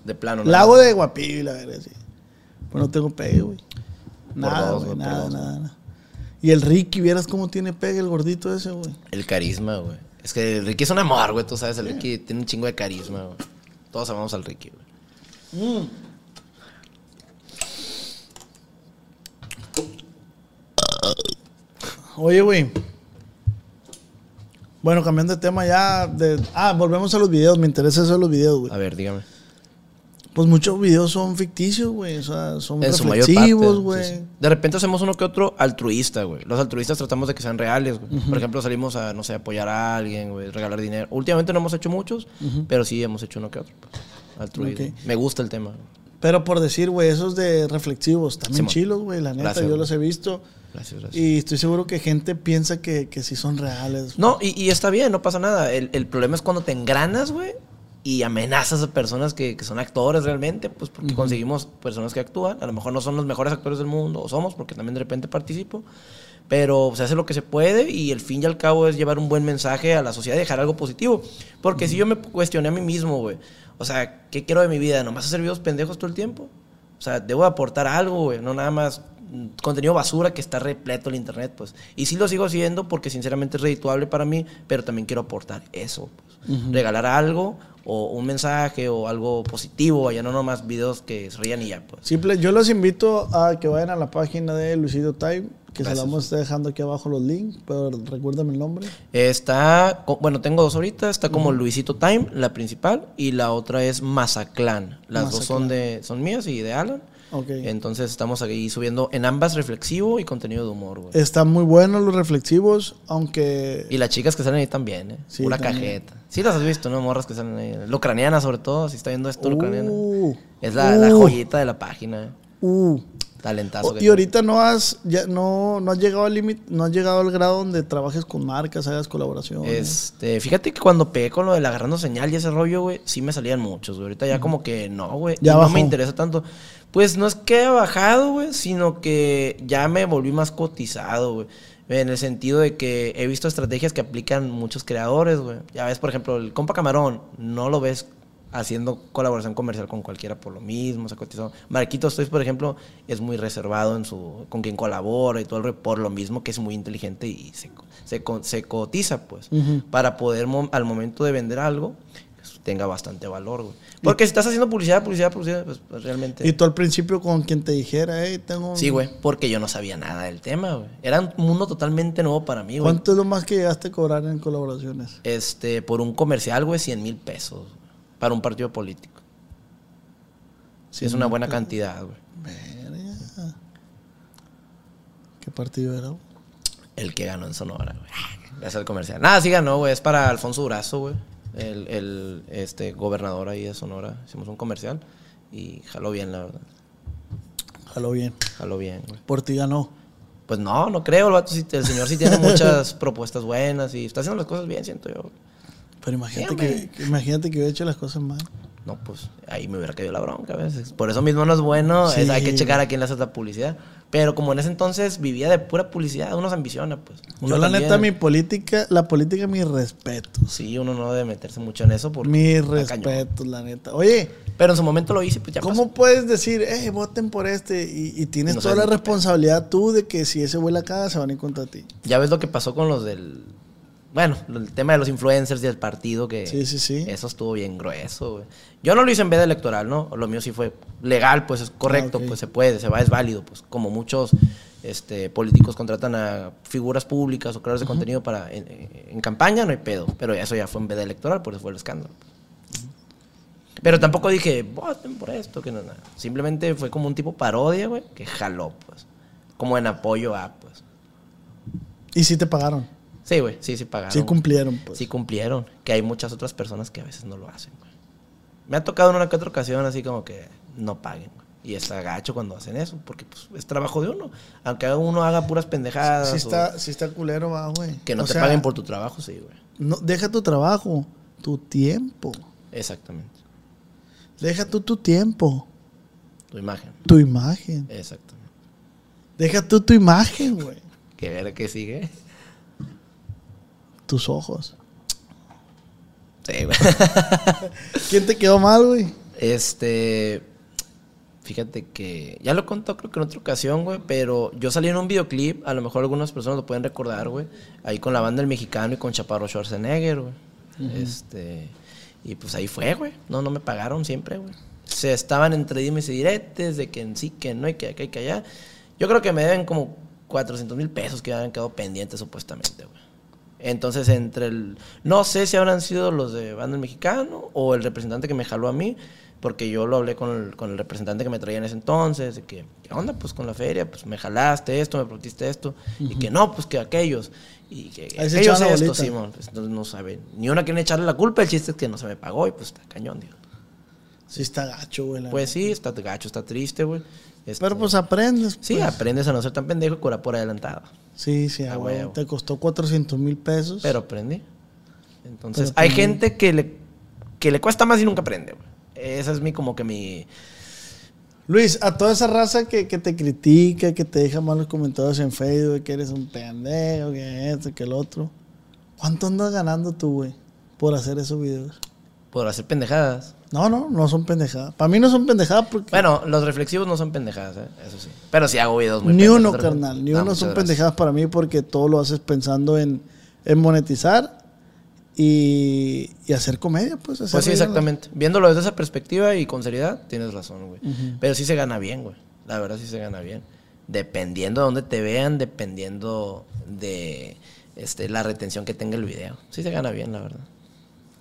De plano. La hago de guapillo y la verga, sí. Pues no tengo pegue, güey. Nada, dos, güey, güey, por nada, dos. nada, nada. Y el Ricky, vieras cómo tiene pegue el gordito ese, güey. El carisma, güey. Es que el Ricky es un amor, güey. Tú sabes, el Ricky tiene un chingo de carisma, güey. Todos amamos al Ricky, güey. Mm. Oye, güey. Bueno, cambiando de tema ya. De... Ah, volvemos a los videos. Me interesa eso de los videos, güey. A ver, dígame. Pues muchos videos son ficticios, güey. O sea, son En su mayor parte. reflexivos, sí, güey. sí. De repente hacemos uno que otro altruista, güey. Los altruistas tratamos de que sean reales, güey. Por ejemplo, salimos a, no sé, apoyar a alguien, güey, regalar dinero. Últimamente no hemos hecho muchos, pero sí hemos hecho uno que otro. pues. Altruismo. Ok. Me gusta el tema. Pero por decir, güey, esos de reflexivos. También Simón. chilos, güey. La neta, Gracias, yo güey. los he visto. Gracias, gracias. Y estoy seguro que gente piensa que, que sí son reales. No, y, y está bien, no pasa nada. El, el problema es cuando te engranas, güey, y amenazas a personas que, que son actores realmente, pues porque conseguimos personas que actúan. A lo mejor no son los mejores actores del mundo, o somos, porque también de repente participo. Pero se hace lo que se puede y el fin y al cabo es llevar un buen mensaje a la sociedad y dejar algo positivo. Porque si yo me cuestioné a mí mismo, güey, o sea, ¿qué quiero de mi vida? ¿Nomás hacer videos pendejos todo el tiempo? O sea, debo aportar algo, güey, no nada más mm, contenido basura que está repleto el internet, pues. Y sí lo sigo haciendo porque sinceramente es redituable para mí, pero también quiero aportar eso, pues. Regalar algo o un mensaje o algo positivo, allá no nomás videos que se rían y ya, pues. Simple, yo los invito a que vayan a la página de Luisito Time, que se la Gracias. vamos a estar dejando aquí abajo los links, pero recuérdame el nombre. Está, co- bueno, tengo dos ahorita, está como Luisito Time, la principal, y la otra es Mazaclán. Las dos son de son mías y de Alan. Ok. Entonces estamos aquí subiendo en ambas reflexivo y contenido de humor, güey. Están muy buenos los reflexivos, aunque... Y las chicas que salen ahí también, ¿eh? Sí, Pura también. cajeta. Sí las has visto, ¿no? Morras que salen ahí. La ucraniana, sobre todo. Si está viendo esto, la ucraniana. Uh, Es la, la uh, joyita de la página. ¿eh? uh. Talentazo. que y tiene. ahorita no has, ya no, no has llegado al límite, no has llegado al grado donde trabajes con marcas, hagas colaboraciones. Este, fíjate que cuando pegué con lo del agarrando señal y ese rollo, güey, sí me salían muchos, güey. Ahorita ya como que no, güey. Ya y no bajó. me interesa tanto. Pues no es que haya bajado, güey, sino que ya me volví más cotizado, güey. En el sentido de que he visto estrategias que aplican muchos creadores, güey. Ya ves, por ejemplo, el compa Camarón, no lo ves haciendo colaboración comercial con cualquiera por lo mismo, se cotizó. Marquito Stoys, por ejemplo, es muy reservado en su con quien colabora y todo el rollo, por lo mismo que es muy inteligente y se, co- se, co- se cotiza, pues, para poder mo- al momento de vender algo pues, tenga bastante valor, güey. Porque si estás haciendo publicidad, publicidad, publicidad, pues, pues, realmente... Y tú al principio con quien te dijera, hey, tengo... un- Sí, güey, porque yo no sabía nada del tema, güey. Era un mundo totalmente nuevo para mí, güey. ¿Cuánto es lo más que llegaste a cobrar en colaboraciones? Este, por un comercial, güey, 100 mil pesos güey, para un partido político. Sí, es una buena cantidad, güey. Verga. ¿Qué partido era? El que ganó en Sonora, güey. Gracias al comercial. Nada, sí ganó, güey. Es para Alfonso Durazo, güey. El, el, este, gobernador ahí de Sonora. Hicimos un comercial y jaló bien, la verdad. Jaló bien. Jaló bien, güey. Por ti ganó. Pues no, no creo. El, vato sí- el señor *laughs* sí tiene muchas propuestas buenas y está haciendo las cosas bien, siento yo. Pero imagínate, Sí, que, que- imagínate que hubiera hecho las cosas mal. No, pues ahí me hubiera caído la bronca a veces. Por eso mismo no es bueno. es- hay que Sí. checar a quién le hace la publicidad. Pero como en ese entonces vivía de pura publicidad, uno se ambiciona, pues. Uno Yo la también- neta, mi política, la política, mis respetos. Sí, uno no debe meterse mucho en eso porque. Mis está cañón. respetos, la neta. Oye, Pero en su momento lo hice, pues ya ¿Cómo puedes decir, eh, voten por este? Y, y tienes No toda la sabes ni qué responsabilidad tú de que si ese vuela acá, se van a ir contra ti. Ya ves lo que pasó con los del. Bueno, el tema de los influencers y el partido que. Sí, sí, sí. Eso estuvo bien grueso, güey. Yo no lo hice en veda electoral, ¿no? Lo mío sí fue legal, pues es correcto, Ah, ok. pues se puede, se va, es válido, pues como muchos este, políticos contratan a figuras públicas o creadores de contenido para en, en campaña, no hay pedo. Pero eso ya fue en veda electoral, por eso fue el escándalo. Pero tampoco dije, voten por esto, que no, nada. Simplemente fue como un tipo parodia, güey, que jaló, pues. Como en apoyo a, pues. Y sí te pagaron. Sí, güey, sí, sí pagaron. Sí cumplieron, pues. Sí cumplieron. Que hay muchas otras personas que a veces no lo hacen, güey. Me ha tocado en una que otra ocasión así como que no paguen, güey. Y está gacho cuando hacen eso, porque pues, es trabajo de uno. Aunque uno haga puras pendejadas. Sí o está, sí está culero, va, güey. Ah, Que no O te sea, paguen por tu trabajo, sí, güey. no, deja tu trabajo, tu tiempo. Exactamente. Deja tú tu tiempo, Tu imagen. tu imagen. Exactamente. Deja tú tu imagen, güey. Que ver que sigue. Tus ojos. Sí, güey. ¿Quién te quedó mal, güey? Este. Fíjate que. Ya lo contó, creo que en otra ocasión, güey. Pero yo salí en un videoclip. A lo mejor algunas personas lo pueden recordar, güey. Ahí con la banda El Mexicano y con Chaparro Schwarzenegger, güey. Este. Y pues ahí fue, güey. No, no me pagaron siempre, güey. Se estaban entre dimes y diretes de que en sí, que no, y que acá y que allá. Yo creo que me deben como 400 mil pesos que habían quedado pendientes supuestamente, güey. Entonces, entre el. No sé si habrán sido los de Banda El Mexicano o el representante que me jaló a mí, porque yo lo hablé con el, con el representante que me traía en ese entonces, de que, ¿qué onda? Pues con la feria, pues me jalaste esto, me prometiste esto, y que no, pues que aquellos, y que Ahí se aquellos echaban la esto, bolita. Simón. Pues, entonces no saben, ni una quieren echarle la culpa, el chiste es que no se me pagó, y pues está cañón, digo. Sí está gacho, güey. la Pues sí, está gacho, está triste, güey. neta. Este, Pero pues aprendes. Sí, pues. aprendes a no ser tan pendejo y curar por adelantado. Sí, sí, a Ah, huevo. huevo. Te costó 400 mil pesos. Pero aprendí. Entonces, Pero hay aprendí. gente que le, que le cuesta más y nunca aprende, güey. Esa es mi, como que mi... Luis, a toda esa raza que, que te critica, que te deja malos comentarios en Facebook, que eres un pendejo, que esto, que el otro. ¿Cuánto andas ganando tú, güey, por hacer esos videos? Por hacer pendejadas. No, no, no son pendejadas. Para mí no son pendejadas porque Bueno, los reflexivos no son pendejadas, ¿eh? eso sí. Pero sí hago videos muy ni pendejos, uno, de repente. carnal, ni No, uno muchas son gracias. pendejadas para mí porque todo lo haces pensando en, en monetizar y, y hacer comedia, pues. hacer Pues sí, reír a la- exactamente. Viéndolo desde esa perspectiva y con seriedad, tienes razón, güey. Pero sí se gana bien, güey. La verdad sí se gana bien. Dependiendo de dónde te vean, dependiendo de este, la retención que tenga el video. Sí se gana bien, la verdad.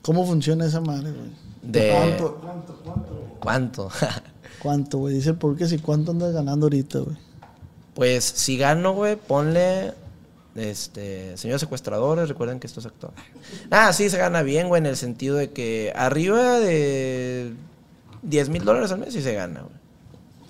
¿Cómo funciona esa madre, güey? De- ¿Cuánto, cuánto, cuánto? ¿Cuánto? *laughs* ¿Cuánto, güey? Dice, ¿por qué si cuánto andas ganando ahorita, güey? pues si gano, güey, ponle. Este, señores secuestradores, recuerden que esto es actual. Ah, sí, se gana bien, güey, en el sentido de que arriba de 10 mil dólares al mes sí se gana, güey.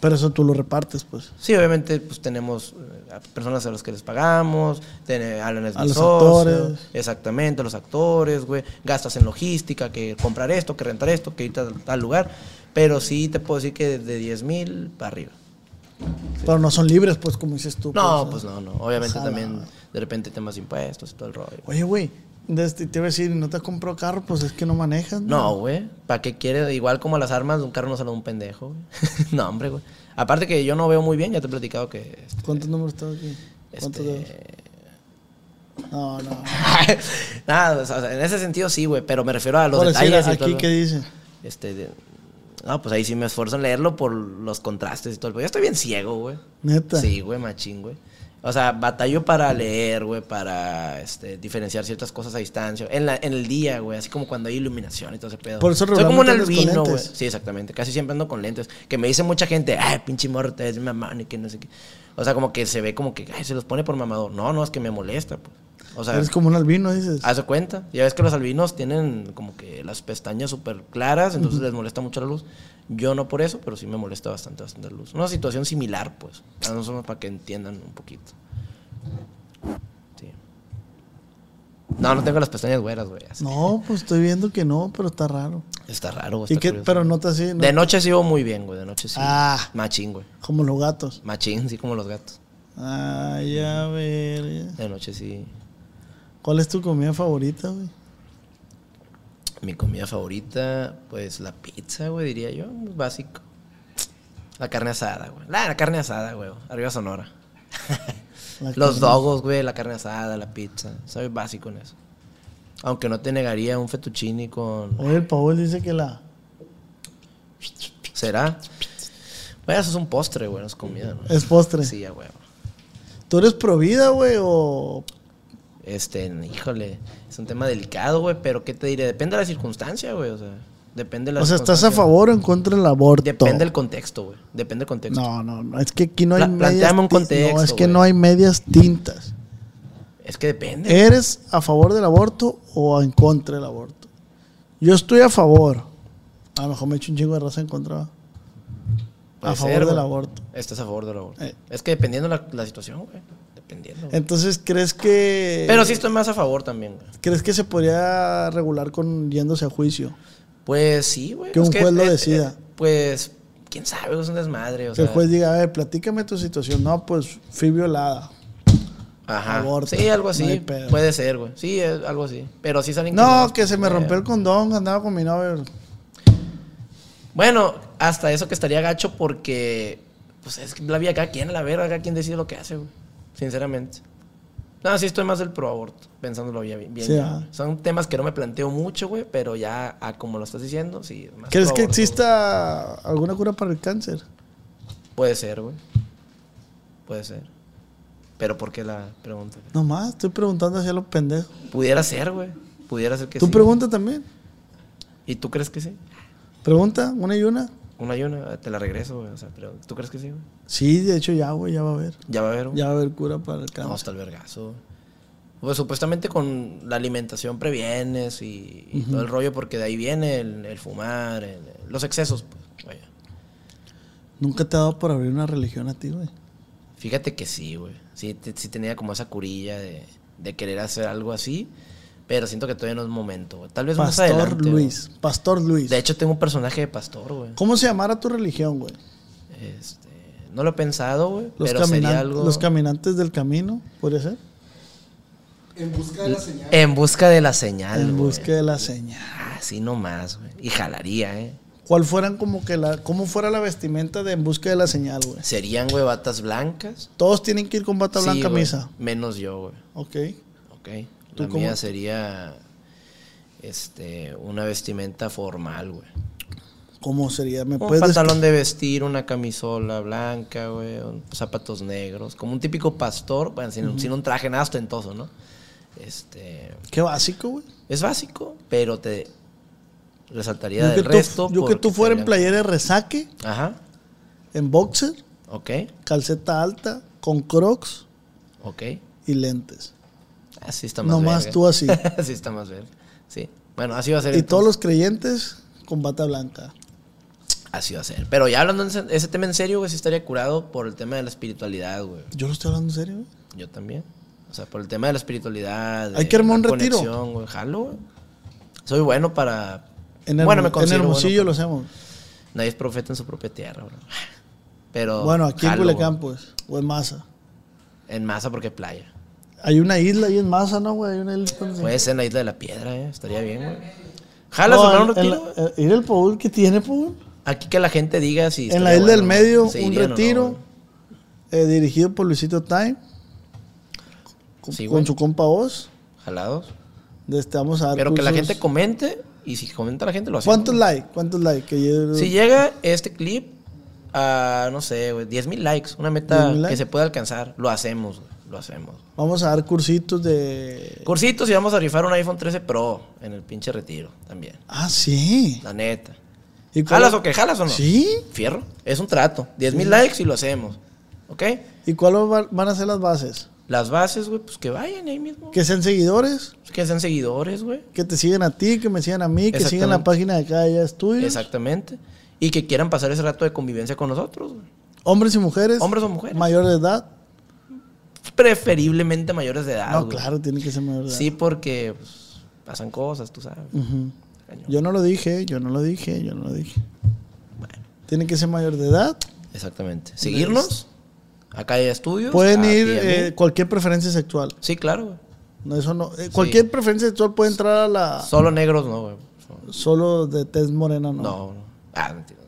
Pero eso tú lo repartes, pues. Sí, obviamente, pues tenemos eh, a personas a las que les pagamos, ten- Alan es A mi los socio, actores. Exactamente, a los actores, güey. Gastas en logística, que comprar esto, que rentar esto, que ir a tal lugar. Pero sí te puedo decir que de 10 mil para arriba. Pero no son libres, pues, como dices tú. No, ¿eh? pues no, no. Obviamente Ojalá. también de repente temas de impuestos y todo el rollo. Oye, güey, de este- te iba a decir, ¿no te has comprado carro? Pues es que no manejas. No, güey. ¿Para qué quiere? Igual como las armas de un carro no sale de un pendejo. güey. *laughs* no, hombre, güey. Aparte que yo no veo muy bien, ya te he platicado que... este, ¿Cuántos números estás aquí? ¿Cuántos este, dedos? No, no. *laughs* Nada, o sea, en ese sentido sí, güey, pero me refiero a los Por decir, detalles y todo aquí, el- ¿qué dice? Este, de- no, pues ahí sí me esfuerzo en leerlo por los contrastes y todo. el- Yo estoy bien ciego, güey. Neta. Sí, güey, machín, güey. O sea, batallo para leer, güey, para este, diferenciar ciertas cosas a distancia. En, la, en el día, güey, así como cuando hay iluminación y todo ese pedo. Por eso Soy como un regularmente andas con albino, güey. lentes. Sí, exactamente. Casi siempre ando con lentes. Que me dice mucha gente, ay, pinche morro, te ves bien mamón y que no sé qué. O sea, como que se ve como que, ay, se los pone por mamador. No, no, es que me molesta, pues. O sea, Eres como un albino, dices. Haz de cuenta. Ya ves que los albinos tienen como que las pestañas súper claras, entonces les molesta mucho la luz. Yo no por eso, pero sí me molesta bastante, bastante la luz. Una situación similar, pues. A nosotros para que entiendan un poquito. Sí. No, no tengo las pestañas güeras, güey. así. No, pues estoy viendo que no, pero está raro. Está raro, güey. ¿Y Pues está qué? curioso. Pero nota así, ¿no? De noche sí iba muy bien, güey. De noche sí. Ah. Machín, güey. Como los gatos. Machín, sí, como los gatos. Ay, a ver. ya. De noche sí. ¿Cuál es tu comida favorita, güey? Mi comida favorita, pues la pizza, güey, diría yo, muy básico. La carne asada, güey. La, la carne asada, güey. Arriba Sonora. La Los carne- dogos, güey, la carne asada, la pizza. Soy básico en eso. Aunque no te negaría un fettuccini con... Oye, el Paul dice que la. ¿Será? Bueno, eso es un postre, güey, no es comida, ¿no? Es postre. Sí, ya, güey. ¿Tú eres provida, güey? O. Este, híjole, es un tema delicado, güey, pero ¿qué te diré? Depende de la circunstancia, güey, o sea, depende de la O sea, ¿estás a circunstancia. favor o en contra del aborto? Depende del contexto, güey, depende del contexto. No, no, no. Es que aquí no hay Pla- medias. plantéame un tin- contexto, No, es que güey. no hay medias tintas. Es que depende. ¿Eres a favor del aborto o en contra del aborto? Yo estoy a favor. A lo mejor me he hecho un chingo de raza en contra. ¿va? A Puede favor ser, del güey. aborto. Estás a favor del aborto. Eh. Es que dependiendo la, la situación, güey. Dependiendo. güey. Entonces, ¿crees que. Pero sí estoy más a favor también, güey. ¿Crees que se podría regular con yéndose a juicio? Pues sí, güey. Que es un juez lo eh, eh, decida. pues, quién sabe, güey, es un desmadre. O que el sea, juez diga, a ver, platícame tu situación. No, pues fui violada. Ajá. aborta, Sí, algo no hay así. pedo. Puede ser, güey. Sí, es algo así. Pero sí salen. No, condenados que por se me culero. rompió el condón, andaba con mi novio. Bueno, hasta eso que estaría gacho porque. Pues es que la vida acá, ¿quién la verga? Acá, ¿quién decide lo que hace, güey? Sinceramente. No, sí estoy más del pro aborto, pensándolo bien. bien, Sí, bien, ah. güey. Son temas que no me planteo mucho, güey, pero ya, ah, como lo estás diciendo, sí. Más ¿Crees que pro-aborto, exista alguna cura para el cáncer? güey. Puede ser, güey. Puede ser. Pero ¿por qué la pregunta? Nomás, estoy preguntando hacia los pendejos. Pudiera ser, güey. Pudiera ser que Tú sí. pregunta también. ¿Y tú crees que sí? Pregunta, una y una. Una y una, te la regreso, güey. O sea, pero ¿tú crees que sí, güey? Sí, de hecho ya, güey, ya va a haber. Ya va a haber, güey. Ya va a haber cura para el No, cáncer. hasta el vergazo. Pues supuestamente con la alimentación previenes y, y todo el rollo, porque de ahí viene el, el fumar, el- los excesos. pues, vaya. Nunca te ha dado por abrir una religión a ti, güey. Fíjate que sí, güey. Sí, te- sí tenía como esa curilla de, de querer hacer algo así, pero siento que todavía no es momento, güey. Tal vez Pastor Pues más adelante. güey. Luis. Pastor Luis. De hecho, tengo un personaje de pastor, güey. ¿Cómo se llamara tu religión, güey? Este, no lo he pensado, güey, Los, pero caminan- sería algo... los caminantes del camino, podría ser. En busca de la señal, en güey. Ah, busca de la señal. Así nomás, güey. Y jalaría, ¿eh? ¿Cuál fueran como que la, cómo fuera la vestimenta de en busca de la señal, güey? Serían, güey, batas blancas. Todos tienen que ir con bata Sí, blanca güey. misa. Menos yo, güey. Ok. Ok. ¿Tú La cómo? mía sería... Este, una vestimenta formal, güey. ¿Cómo sería? ¿Me Un puedes pantalón de vestir, una camisola blanca, güey, un- zapatos negros, como un típico pastor, bueno, sin, sin un traje nada ostentoso, ¿no? Este, descri- Qué básico, güey. es básico, pero te resaltaría Yo que del tú, resto. yo que tú porque fuera en serían- playera de resaque, Ajá, en boxer, ok, calceta alta, con crocs ok. y lentes. Así está más Nomás verga. tú *laughs* así. así está más verga. Sí. Bueno, así va a ser. Y entonces. todos los creyentes con bata blanca. Así va a ser. Pero ya hablando de ese, ese tema en serio, güey, sí estaría curado por el tema de la espiritualidad, güey. Yo lo estoy hablando en serio. güey. Yo también. O sea, por el tema de la espiritualidad. de Hay que armar un la retiro. conexión, güey. Jalo, güey. Soy bueno para. En, Hermo- bueno, me en considero Hermosillo bueno lo hacemos. para- Nadie es profeta en su propia tierra, bro. Pero. Bueno, aquí en jalo, Culiacán, güey. pues. O en Maza. En masa porque playa. Hay una isla ahí en Maza, ¿no, güey? Hay una isla. donde- Puede ser en la isla de la piedra, ¿eh? Estaría bien, güey. No, Jala, armar un en- en retiro, la- güey. eh, Ir al Paul que tiene, Paul. Aquí que la gente diga si. en la estaría isla del bueno, medio, si un irían o no, retiro güey. eh, dirigido por Luisito Time. Con, Sí, con güey. su compa Oz. Jalados. De este, vamos a dar Pero que la cursos. gente comente. Y si comenta la gente, lo hacemos. ¿Cuántos likes? ¿Cuántos likes? Que yo- Si llega este clip a, no sé, güey, 10 mil likes, una meta 10,000 likes. que se pueda alcanzar, lo hacemos, güey, lo hacemos. Vamos a dar cursitos de. Cursitos y vamos a rifar un iPhone 13 Pro en el pinche retiro también, Ah, sí. la neta. ¿Y cuál- ¿Jalas o qué? ¿Jalas o no? Sí. Fierro, es un trato, 10 mil likes y lo hacemos, ¿ok? ¿Y cuáles va- van a ser las bases? Las bases, güey, pues que vayan ahí mismo. Pues Que sean seguidores, Que sean seguidores, güey. que te sigan a ti, que me sigan a mí, que sigan la Exactamente. página de cada día estudios. Exactamente. Y que quieran pasar ese rato de convivencia con nosotros, güey. Hombres y mujeres. Hombres o mujeres. Mayor de edad. Preferiblemente mayores de edad, no, Ah, güey. claro, tiene que ser mayor de edad. Sí, porque pues, pasan cosas, tú sabes. Ujú. Cañón. Yo no lo dije, yo no lo dije, yo no lo dije. Tiene que ser mayor de edad. Exactamente. Seguirnos. Acá hay estudios. Pueden a ti ir y a mí. eh, cualquier preferencia sexual. sí, claro, güey. No, eso no. eh, cualquier preferencia sexual puede entrar a la. Solo negros no, güey. Solo- Solo de tez morena, ¿no? No, no. Ah, mentira.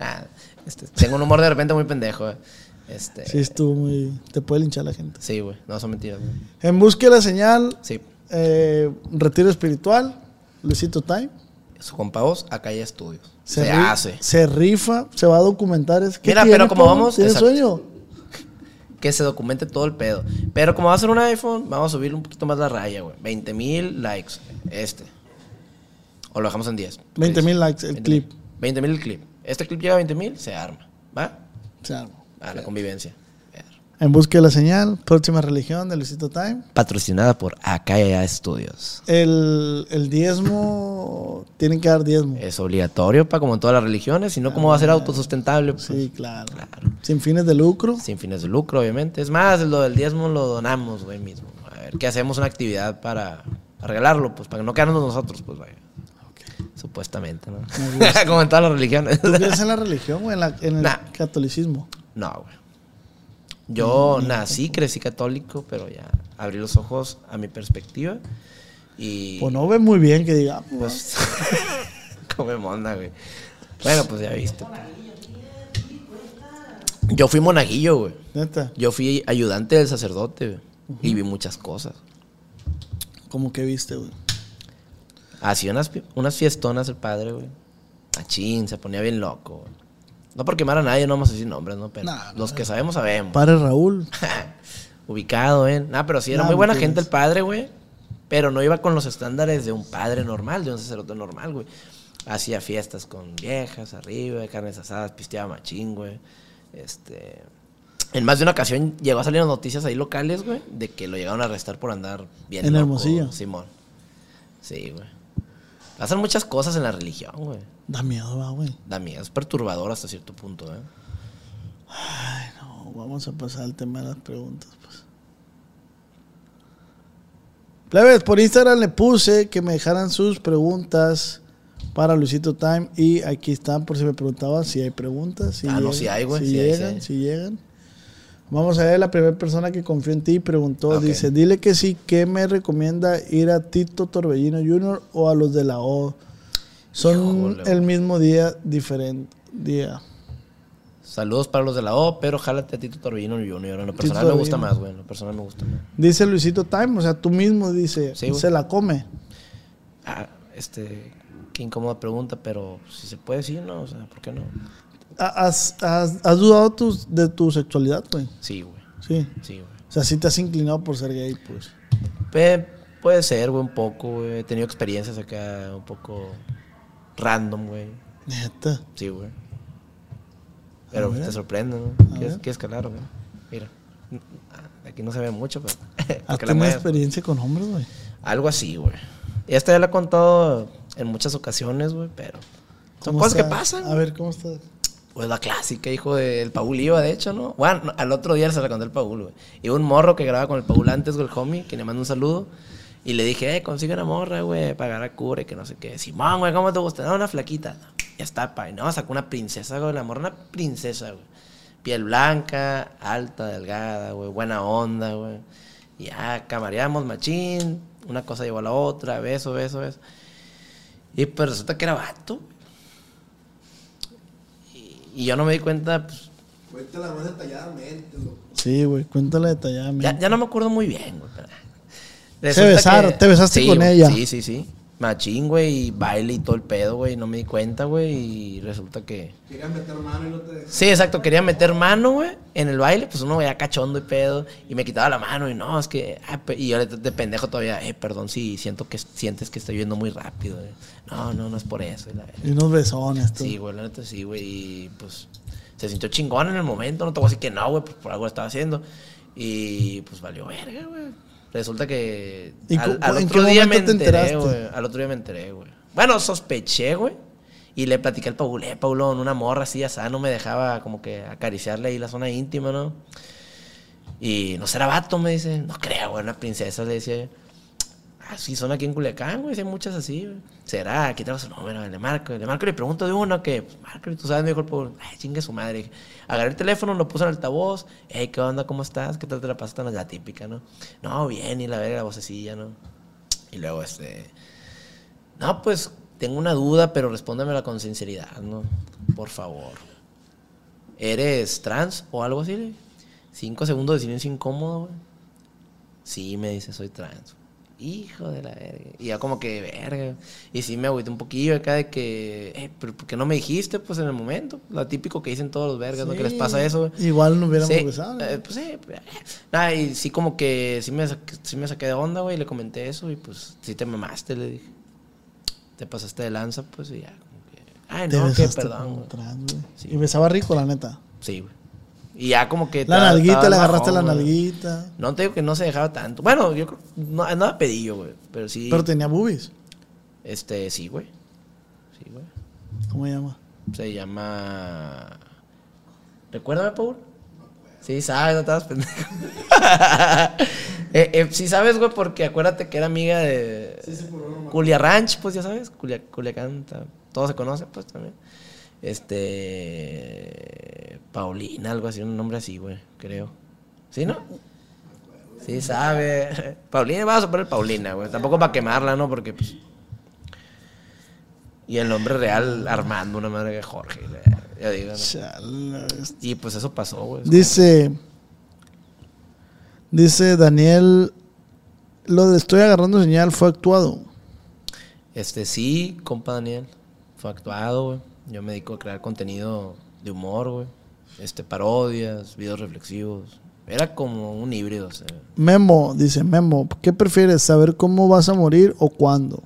Ah, este, tengo un humor de repente muy pendejo, güey. Este, Sí, estuvo muy. Te puede linchar la gente. sí, güey. No, son mentiras, güey. En busca de la señal, Sí. eh, retiro espiritual, Luisito Time. Su compa Oz, acá hay estudios. Se, ri- hace. Se rifa, se va a documentar. Es que Mira, tiene, pero como Pablo? vamos- ¿Tiene exacto. sueño? Que se documente todo el pedo. Pero como va a ser un iPhone, vamos a subir un poquito más la raya, güey. 20 mil likes. Este. O lo dejamos en 10. 20 mil likes el 20,000. clip. 20 mil el clip. Este clip llega a 20 mil, se arma. ¿Va? O sea, A la convivencia. Ver. en busca de la señal, próxima religión de Luisito Time. Patrocinada por Acaya Studios. El, el diezmo, tienen que dar diezmo. Es obligatorio para como en todas las religiones, si no, ¿cómo va a ser autosustentable? pues? Ah, Sí, claro. Claro. Sin fines de lucro. Sin fines de lucro, obviamente. Es más, lo del diezmo lo donamos, güey, mismo. A ver, ¿qué hacemos una actividad para para regalarlo? Pues para que no quedarnos nosotros, pues vaya. Supuestamente, ¿no? *laughs* como en todas las religiones. ¿Tú crees en la religión o en, la- en el Nah. catolicismo? No, güey. Yo nací, crecí católico, pero ya abrí los ojos a mi perspectiva y Pues no ve muy bien que diga, ah, pues, pues *laughs* come monda, güey. Bueno, pues ya viste. pues. Yo fui monaguillo, güey. neta, Yo fui ayudante del sacerdote, güey. Y vi muchas cosas. como que viste, güey. Hacía unas, pi- unas fiestonas el padre, güey. Machín, se ponía bien loco. güey. No por quemar a nadie, no vamos a decir nombres, ¿no? Pero Nah, los que sabemos, sabemos. Padre *laughs* Raúl, ubicado, ¿eh? Nah, pero sí, era Nah, muy buena mentiras. gente el padre, güey. Pero no iba con los estándares de un padre normal, de un sacerdote normal, güey. Hacía fiestas con viejas arriba, carnes asadas, pisteaba machín, güey. Este. En más de una ocasión llegó a salir las noticias ahí locales, güey, de que lo llegaron a arrestar por andar bien. En loco, Hermosillo. Simón. Sí, güey. Pasan muchas cosas en la religión, güey. da miedo, va, güey. Da miedo, es perturbador hasta cierto punto, ¿eh? No, vamos a pasar al tema de las preguntas, pues. Plebes, por Instagram le puse que me dejaran sus preguntas para Luisito Time y aquí están por si me preguntaban si hay preguntas. Si Ah, no, llegan- sí hay, güey, Si sí hay, sí llegan, hay. si llegan. Vamos a ver, la primera persona que confió en ti preguntó, Ok. dice, dile que sí, que me recomienda ir a Tito Torbellino Jr. o a los de la O? Son Híjole, el güey. mismo día, diferente día. Saludos para los de la O, pero jálate a Tito Torbellino Junior. En lo personal me Torbellino. gusta más, güey. En lo personal me gusta más. Dice Luisito Time, o sea, tú mismo dice, Sí, güey. se la come. Ah, este, qué incómoda pregunta, pero si se puede, sí, ¿no? O sea, ¿por qué no? ¿Has, has- has dudado tus- de tu sexualidad, güey? Sí, güey. Sí. Sí, güey. O sea, sí te has inclinado por ser gay, pues. Pe- puede ser, güey, un poco, güey. He tenido experiencias acá un poco random, güey. Neta. Sí, güey. Pero mira. te sorprende, ¿no? ¿Quieres, quieres calar, güey? Mira. Aquí no se ve mucho, pero. ¿Has *laughs* porque la pues. tenido mueves. experiencia con hombres, güey? Algo así, güey. Y esta ya la he contado en muchas ocasiones, güey, pero. Son ¿Cómo cosas que está? pasan. A ver, ¿cómo estás? Pues la clásica, hijo del Paul iba, de hecho, ¿no? Bueno, no, al otro día se la conté al Paul, güey. Iba un morro que grababa con el Paul antes, güey, el homie, que le mando un saludo. Y le dije, eh, consigue una morra, güey, pagar a cura y que no sé qué. Simón, güey, ¿cómo te gusta? No, una flaquita. Ya está, pa. Y no, sacó una princesa, güey, la morra, una princesa, güey. Piel blanca, alta, delgada, güey, buena onda, güey. Y Ya, camareamos, machín. Una cosa llevó a la otra, beso, beso, beso. Y pues resulta que era vato, güey. Y yo no me di cuenta, pues, Sí, güey, cuéntala ya, detalladamente. ya no me acuerdo muy bien, güey. pero- Se besaron, te besaste Sí, con güey, ella. Sí, sí, sí. Machín, güey, y baile y todo el pedo, güey. No me di cuenta, güey, y resulta que... Querías meter mano y no te Sí, exacto, quería meter mano, güey, en el baile. Pues uno veía cachondo y pedo, y me quitaba la mano, y no, es que... ah, pe- y yo le- de pendejo todavía, eh, perdón si siento que sientes que estoy yendo muy rápido. güey. No, no, no es por eso. y la verga. Y unos besones, tú. Sí, güey, la neta sí, güey. Y pues se sintió chingón en el momento. No te voy a decir que no, güey, pues por algo lo estaba haciendo. Y pues valió verga, güey. Resulta que. ¿Y Al, cu- al en otro qué día me momento te enteré, enteraste? güey. Al otro día me enteré, güey. Bueno, sospeché, güey. Y le platiqué al Paul, eh, Paulón, una morra así, asá, no me dejaba como que acariciarle ahí la zona íntima, ¿no? Y no será vato, me dice. No creo, güey, una princesa, le decía yo. Ah, sí, son aquí en Culiacán, güey, sí hay muchas así, güey. ¿Será? Aquí tengo su número, le marco, le marco y le pregunto de uno que, pues, marco, y tú sabes, me dijo el pobre, ay, chingue su madre. Dije, Agarré el teléfono, lo puse en altavoz, hey, ¿qué onda? ¿Cómo estás? ¿Qué tal te la pasaste? No, La típica, ¿no? No, bien, y la verga, la vocecilla, ¿no? Y luego, este, no, pues, tengo una duda, pero respóndamela con sinceridad, ¿no? Por favor. ¿Eres trans o algo así? güey? Cinco segundos de silencio incómodo, güey. Sí, me dice, soy trans. Hijo de la verga. Y ya como que, verga. Y sí me agüité un poquillo acá de que, eh, pero ¿por qué no me dijiste? Pues en el momento. Lo típico que dicen todos los vergas, ¿no? Que les pasa eso, güey. Igual no hubiéramos Sí, besado. eh, pues sí. pues, eh. Nah, y sí como que sí me, saqué, sí me saqué de onda, güey, y le comenté eso y pues sí te mamaste, le dije. Te pasaste de lanza, pues y ya. como que, Ay, Te no, que besaste perdón. como güey". trans, güey. Sí. Y besaba rico, la neta. Sí, güey. Y ya como que... La estaba- nalguita, estaba le agarraste la enojón, güey. nalguita. No te digo que no se dejaba tanto. Bueno, yo creo... No, andaba pedillo, güey. Pero sí... Pero tenía boobies. Este, sí, güey. Sí, güey. ¿Cómo se llama? Se llama... ¿Recuérdame, Paul? Sí, sabes, no estabas *laughs* pendejo. eh, eh, sí, sabes, güey, porque acuérdate que era amiga de Culia Ranch, pues ya sabes, Culia, Culiacán, ta- todos se conocen, pues también. Este. Paulina, algo así, un nombre así, güey, creo. ¿Sí, no? Sí, sabe. *laughs* Paulina, vamos a poner Paulina, güey. Tampoco para quemarla, ¿no? Porque, pues, Y el nombre real, Armando, una madre que Jorge. la- Ya digo, ¿no? Chala, este. Y pues eso pasó, güey. Dice. Dice Daniel. Lo de estoy agarrando señal fue actuado. Este sí, compa Daniel. Fue actuado, güey. Yo me dedico a crear contenido de humor, güey. Este, parodias, videos reflexivos. Era como un híbrido, o sea. Memo, dice Memo, ¿qué prefieres? ¿Saber cómo vas a morir o cuándo?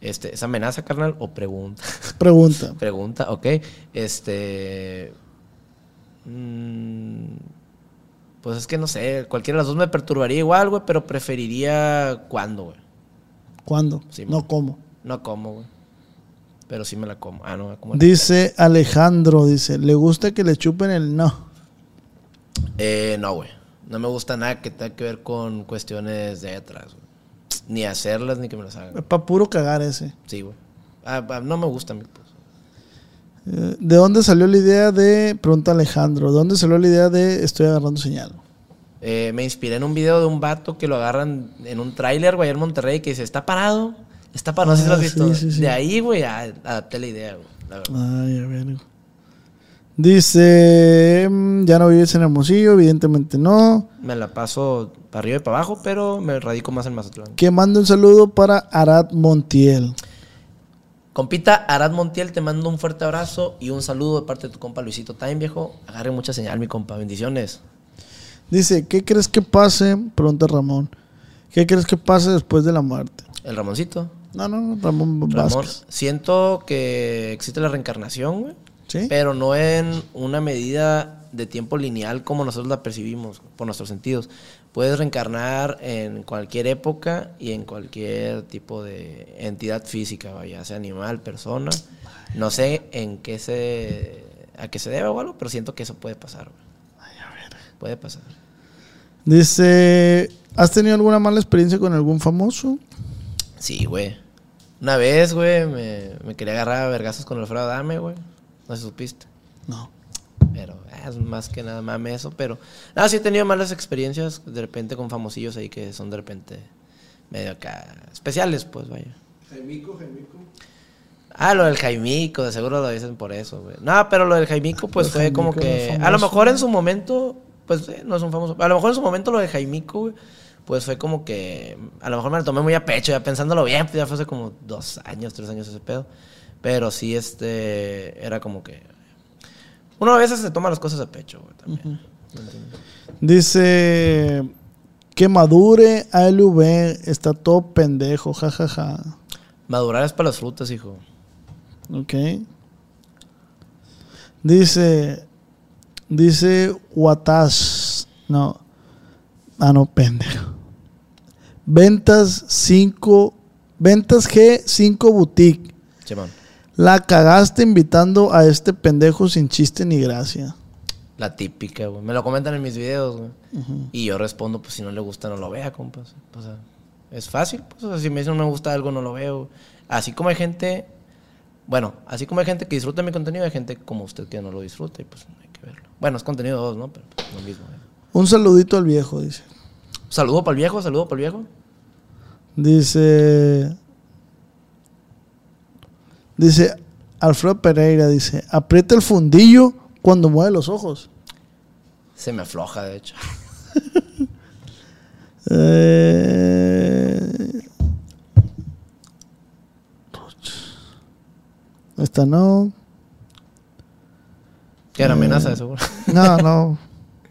Este, ¿es amenaza, carnal? O pregunta. *laughs* Pregunta. pregunta, ok. Este. mm, pues es que no sé. Cualquiera de las dos me perturbaría igual, güey, pero preferiría cuándo, güey. ¿Cuándo? Sí, no cómo. No como, güey. Pero sí me la como. Ah, no, como. Dice Alejandro, dice, le gusta que le chupen el no. Eh, no, güey. No me gusta nada que tenga que ver con cuestiones de atrás, güey. Ni hacerlas ni que me las hagan. Para puro cagar ese. Sí, güey. Ah, ah, no me gusta a mí, pues. Eh, ¿De dónde salió la idea de, pregunta Alejandro, ¿de dónde salió la idea de estoy agarrando señal? Eh, me inspiré en un video de un vato que lo agarran en un tráiler, güey, allá en Monterrey, que dice, está parado. Está parado, no sé si lo has Ah, visto. sí, sí, sí. De ahí, güey, a- adapté la idea, güey. la verdad. Ay, a ver. Dice, mm, ya no vives en Hermosillo, evidentemente no. Me la paso para arriba y para abajo, pero me radico más en Mazatlán. Que mando un saludo para Arad Montiel. Compita Arad Montiel, te mando un fuerte abrazo y un saludo de parte de tu compa Luisito Time, viejo. Agarre mucha señal, mi compa. Bendiciones. Dice, ¿qué crees que pase? Pregunta Ramón. ¿Qué crees que pase después de la muerte? El Ramoncito. No, no, no, Ramón Ramón, Vázquez. siento que existe la reencarnación, güey. ¿Sí? Pero no en una medida de tiempo lineal como nosotros la percibimos por nuestros sentidos. Puedes reencarnar en cualquier época y en cualquier tipo de entidad física, vaya, sea animal, persona. No sé en qué se a qué se debe o algo, pero siento que eso puede pasar. güey. Puede pasar. Dice, ¿has tenido alguna mala experiencia con algún famoso? Sí, güey. Una vez, güey, me, me quería agarrar a vergazos con Alfredo Adame, güey. No sé si supiste. No. Pero eh, es más que nada mame eso. Pero no, sí he tenido malas experiencias de repente con famosillos ahí que son de repente medio acá especiales, pues vaya. Jaimico, Jaimico. Ah, lo del Jaimico, de seguro lo dicen por eso, güey. No, pero lo del Jaimico, pues Pero fue como Jaimico no es que. A famoso, lo mejor en su momento, pues eh, no es un famoso. A lo mejor en su momento lo del Jaimico, güey, pues fue como que. A lo mejor me lo tomé muy a pecho, ya pensándolo bien, pues ya fue hace como dos años, tres años ese pedo. Pero sí, este. Era como que. Uno a veces se toma las cosas a pecho, güey, también. ¿Me entiendes? Dice, que madure ALV, está todo pendejo, jajaja. Madurar es para las frutas, hijo. Ok. Dice, dice Watas, no, ah no, pendejo. Ventas 5, ventas G5 Boutique. Chemón. La cagaste invitando a este pendejo sin chiste ni gracia. La típica, güey. Me lo comentan en mis videos, güey. Y yo respondo, pues si no le gusta, no lo vea, compas. O sea, es fácil, pues. o sea, si me dicen no me gusta algo, no lo veo. Así como hay gente. Bueno, así como hay gente que disfruta mi contenido, hay gente como usted que no lo disfruta y pues hay que verlo. Bueno, es contenido de dos, ¿no? Pero pues, lo mismo. güey. Un saludito al viejo, dice. Saludo para el viejo, saludo para el viejo. Dice. Dice Alfredo Pereira, dice, aprieta el fundillo cuando mueve los ojos. Se me afloja, de hecho. *laughs* Eh, esta no. Que era amenaza, de seguro. No, no.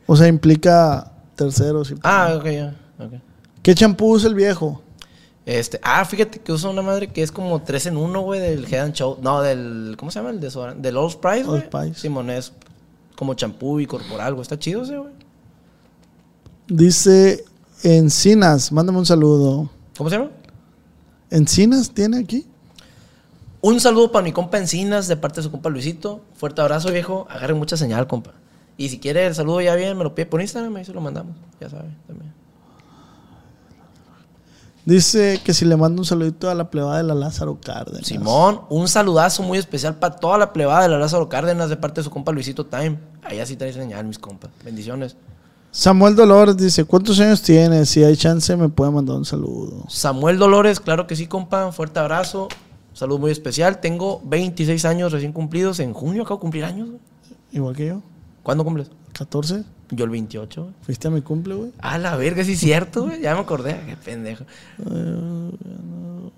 O sea, implica terceros. y- ah, ok, ya. ok. ¿Qué champú usa el viejo? Este, ah, fíjate que usa una madre que es como 3 en 1, güey, del Head and Show. No, del. ¿Cómo se llama? El desodorante? Del Old Spice, güey. Old Spice. Simón es como champú y corporal, güey. Está chido ese, güey. Dice Encinas, mándame un saludo. ¿Cómo se llama? ¿Encinas tiene aquí? Un saludo para mi compa Encinas de parte de su compa Luisito. Fuerte abrazo, viejo. Agarre mucha señal, compa. Y si quiere el saludo ya bien, me lo pide por Instagram, ahí se lo mandamos. Ya sabe, también. Dice que si le mando un saludito a la plebada de la Lázaro Cárdenas. Simón, un saludazo muy especial para toda la plebada de la Lázaro Cárdenas de parte de su compa Luisito Time. Allá sí trae señal, mis compas. Bendiciones. Samuel Dolores dice, ¿cuántos años tiene? Si hay chance me puede mandar un saludo. Samuel Dolores, claro que sí, compa. un Fuerte abrazo. un Saludo muy especial. Tengo 26 años recién cumplidos. En junio acabo de cumplir años. güey. Igual que yo, ¿Cuándo cumples? 14. Yo el 28. güey. Fuiste a mi cumple, güey. A la verga, sí es cierto, güey. Ya me acordé. Qué pendejo.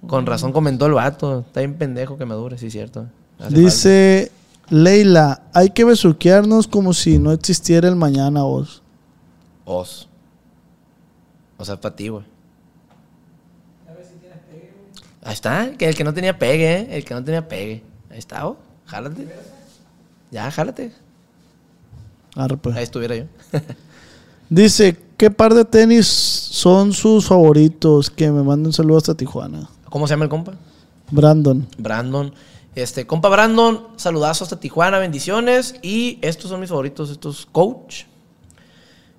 Con razón comentó el vato. Está bien pendejo que madure, sí es cierto. Hace Dice Leila, hay que besuquearnos como si no existiera el mañana vos. falta. Os. O sea, para ti, güey. Ahí está, que el que no tenía pegue, ¿eh? El que no tenía pegue. Ahí está, oh. Jálate. Ya, jálate. Arre, pues. Ahí estuviera yo. Dice, ¿qué par de tenis son sus favoritos? Que me manden un saludo hasta Tijuana. ¿Cómo se llama el compa? Brandon. Brandon. Este, compa Brandon, saludazos hasta Tijuana, bendiciones. Y estos son mis favoritos, estos coach,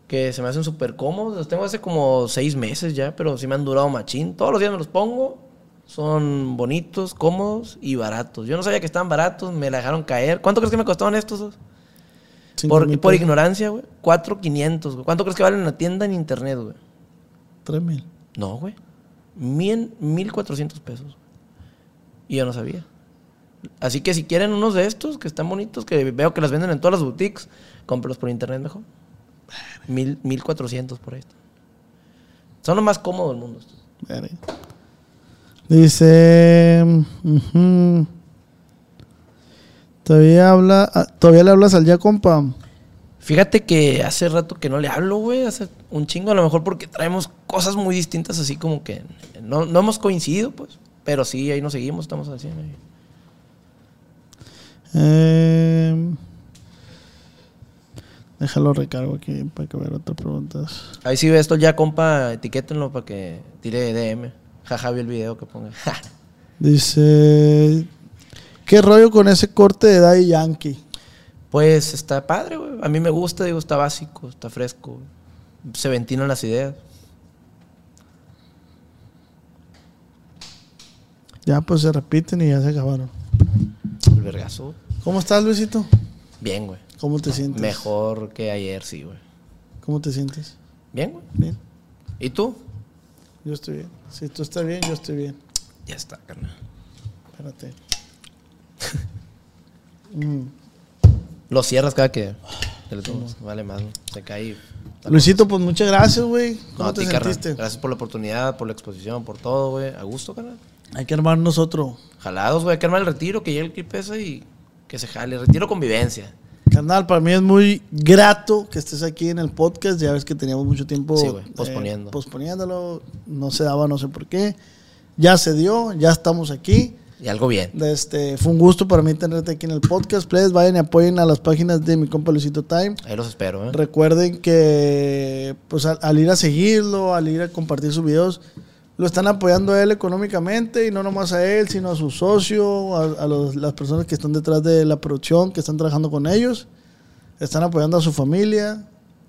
que se me hacen súper cómodos. Los tengo hace como seis meses ya, pero sí me han durado machín. Todos los días me los pongo. Son bonitos, cómodos y baratos. Yo no sabía que estaban baratos, me la dejaron caer. ¿Cuánto crees que me costaron estos? dos? Cinco Por, mil por pesos. ignorancia, güey. 4,500, güey. ¿Cuánto crees que valen en la tienda en internet, güey? Tres mil. No, güey. Mil, mil cuatrocientos pesos. Y yo no sabía. Así que si quieren unos de estos que están bonitos, que veo que las venden en todas las boutiques, cómpralos por internet mejor. Mil, mil cuatrocientos por ahí. están. Son los más cómodos del mundo. estos. Verga. Dice. ujú. Todavía habla. ah, Todavía le hablas al ya, compa. Fíjate que hace rato que no le hablo, güey. Hace un chingo, a lo mejor porque traemos cosas muy distintas, así como que no, no hemos coincidido, pues. Pero sí, ahí nos seguimos, estamos haciendo. Eh, déjalo recargo aquí para que vea otras preguntas. Ahí sí ve esto ya, compa, etiquétenlo para que tire DM. Jaja, vi el video que ponga. Dice, ¿qué rollo con ese corte de Daddy Yankee? pues está padre, güey. A mí me gusta, digo, está básico, está fresco. Se ventilan las ideas. Ya pues se repiten y ya se acabaron. El vergazo. ¿Cómo estás, Luisito? Bien, güey. ¿Cómo te sientes? Mejor que ayer, sí, güey. ¿Cómo te sientes? Bien, güey. Bien. ¿Y tú? Yo estoy bien. Si tú estás bien, yo estoy bien. Ya está, carnal. Espérate. Lo cierras cada que te lo tomas. Vale más, güey. Se cae. y- Luisito, pues muchas gracias, güey. ¿Cómo No, a te ti, carnal. sentiste? Gracias por la oportunidad, por la exposición, por todo, güey. A gusto, carnal. Hay que armarnos otro. Jalados, güey. Hay que armar el retiro, que llegue el clip ese y que se jale. Retiro convivencia. Carnal, para mí es muy grato que estés aquí en el podcast. Ya ves que teníamos mucho tiempo eh, Sí, güey, posponiendo. posponiéndolo. No se daba, no sé por qué. Ya se dio, ya estamos aquí. Y algo bien. Este, fue un gusto para mí tenerte aquí en el podcast. Please, vayan y apoyen a las páginas de mi compa Luisito Time. Ahí los espero, ¿eh? Recuerden que pues al, al ir a seguirlo, al ir a compartir sus videos, lo están apoyando a él económicamente y no nomás a él, sino a su socio, a, a los- las personas que están detrás de la producción, que están trabajando con ellos. Están apoyando a su familia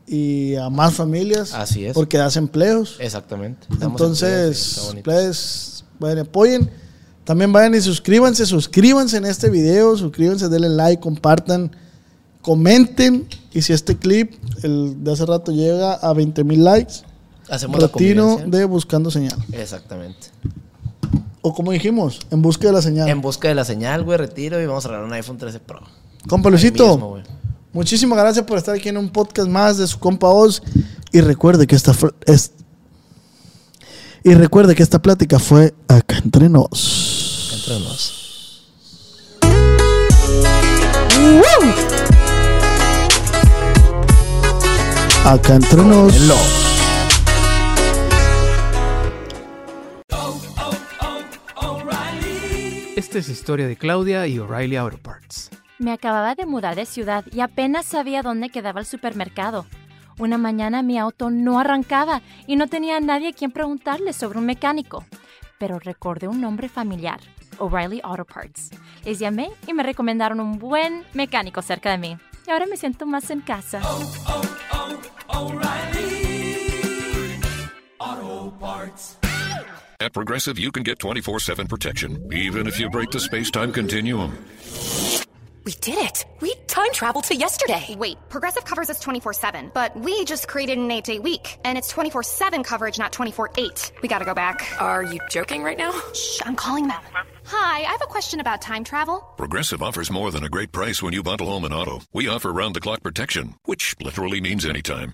y a más familias. Así es. Porque das empleos. Exactamente. Estamos en teoría, sí, Entonces, está bonito. please, vayan y apoyen. También vayan y suscríbanse, suscríbanse en este video, suscríbanse, denle like, compartan, comenten. Y si este clip el de hace rato llega a 20 mil likes, Hacemos la retiro convivencia. de Buscando Señal. Exactamente. O como dijimos, en busca de la señal. En busca de la señal, güey, retiro y vamos a regalar un iPhone 13 Pro. Compa Ahí Luisito, mismo, güey. muchísimas gracias por estar aquí en un podcast más de su compa Oz. Y recuerde que esta fue- es- y recuerde que esta plática fue acá entre nos. Entre nos. Acá entre nos. Esta es historia de Claudia y O'Reilly Auto Parts. Me acababa de mudar de ciudad y apenas sabía dónde quedaba el supermercado. Una mañana mi auto no arrancaba y no tenía a nadie a quien preguntarle sobre un mecánico. Pero recordé un nombre familiar, O'Reilly Auto Parts. Les llamé y me recomendaron un buen mecánico cerca de mí. Y ahora me siento más en casa. At Progressive, you can get 24 7 protection, even if you break the space time continuum. We did it. We time traveled to yesterday. Wait, Progressive covers us 24 7, but we just created an 8 day week, and it's 24 7 coverage, not 24 8. We gotta go back. Are you joking right now? Shh, I'm calling them. Hi, I have a question about time travel. Progressive offers more than a great price when you bundle home and auto. We offer round the clock protection, which literally means anytime.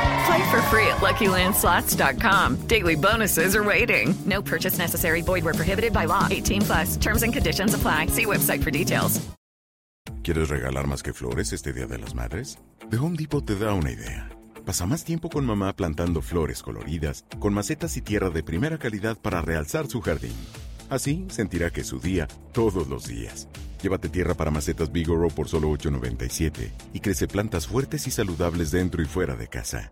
Play for free at LuckyLandSlots.com. Daily bonuses are waiting. No purchase necessary. Void where prohibited by law. 18 plus. Terms and conditions apply. See website for details. ¿Quieres regalar más que flores este Día de las Madres? The Home Depot te da una idea. Pasa más tiempo con mamá plantando flores coloridas, con macetas y tierra de primera calidad para realzar su jardín. Así sentirá que es su día todos los días. Llévate tierra para macetas Bigoro por solo $8.97 y crece plantas fuertes y saludables dentro y fuera de casa.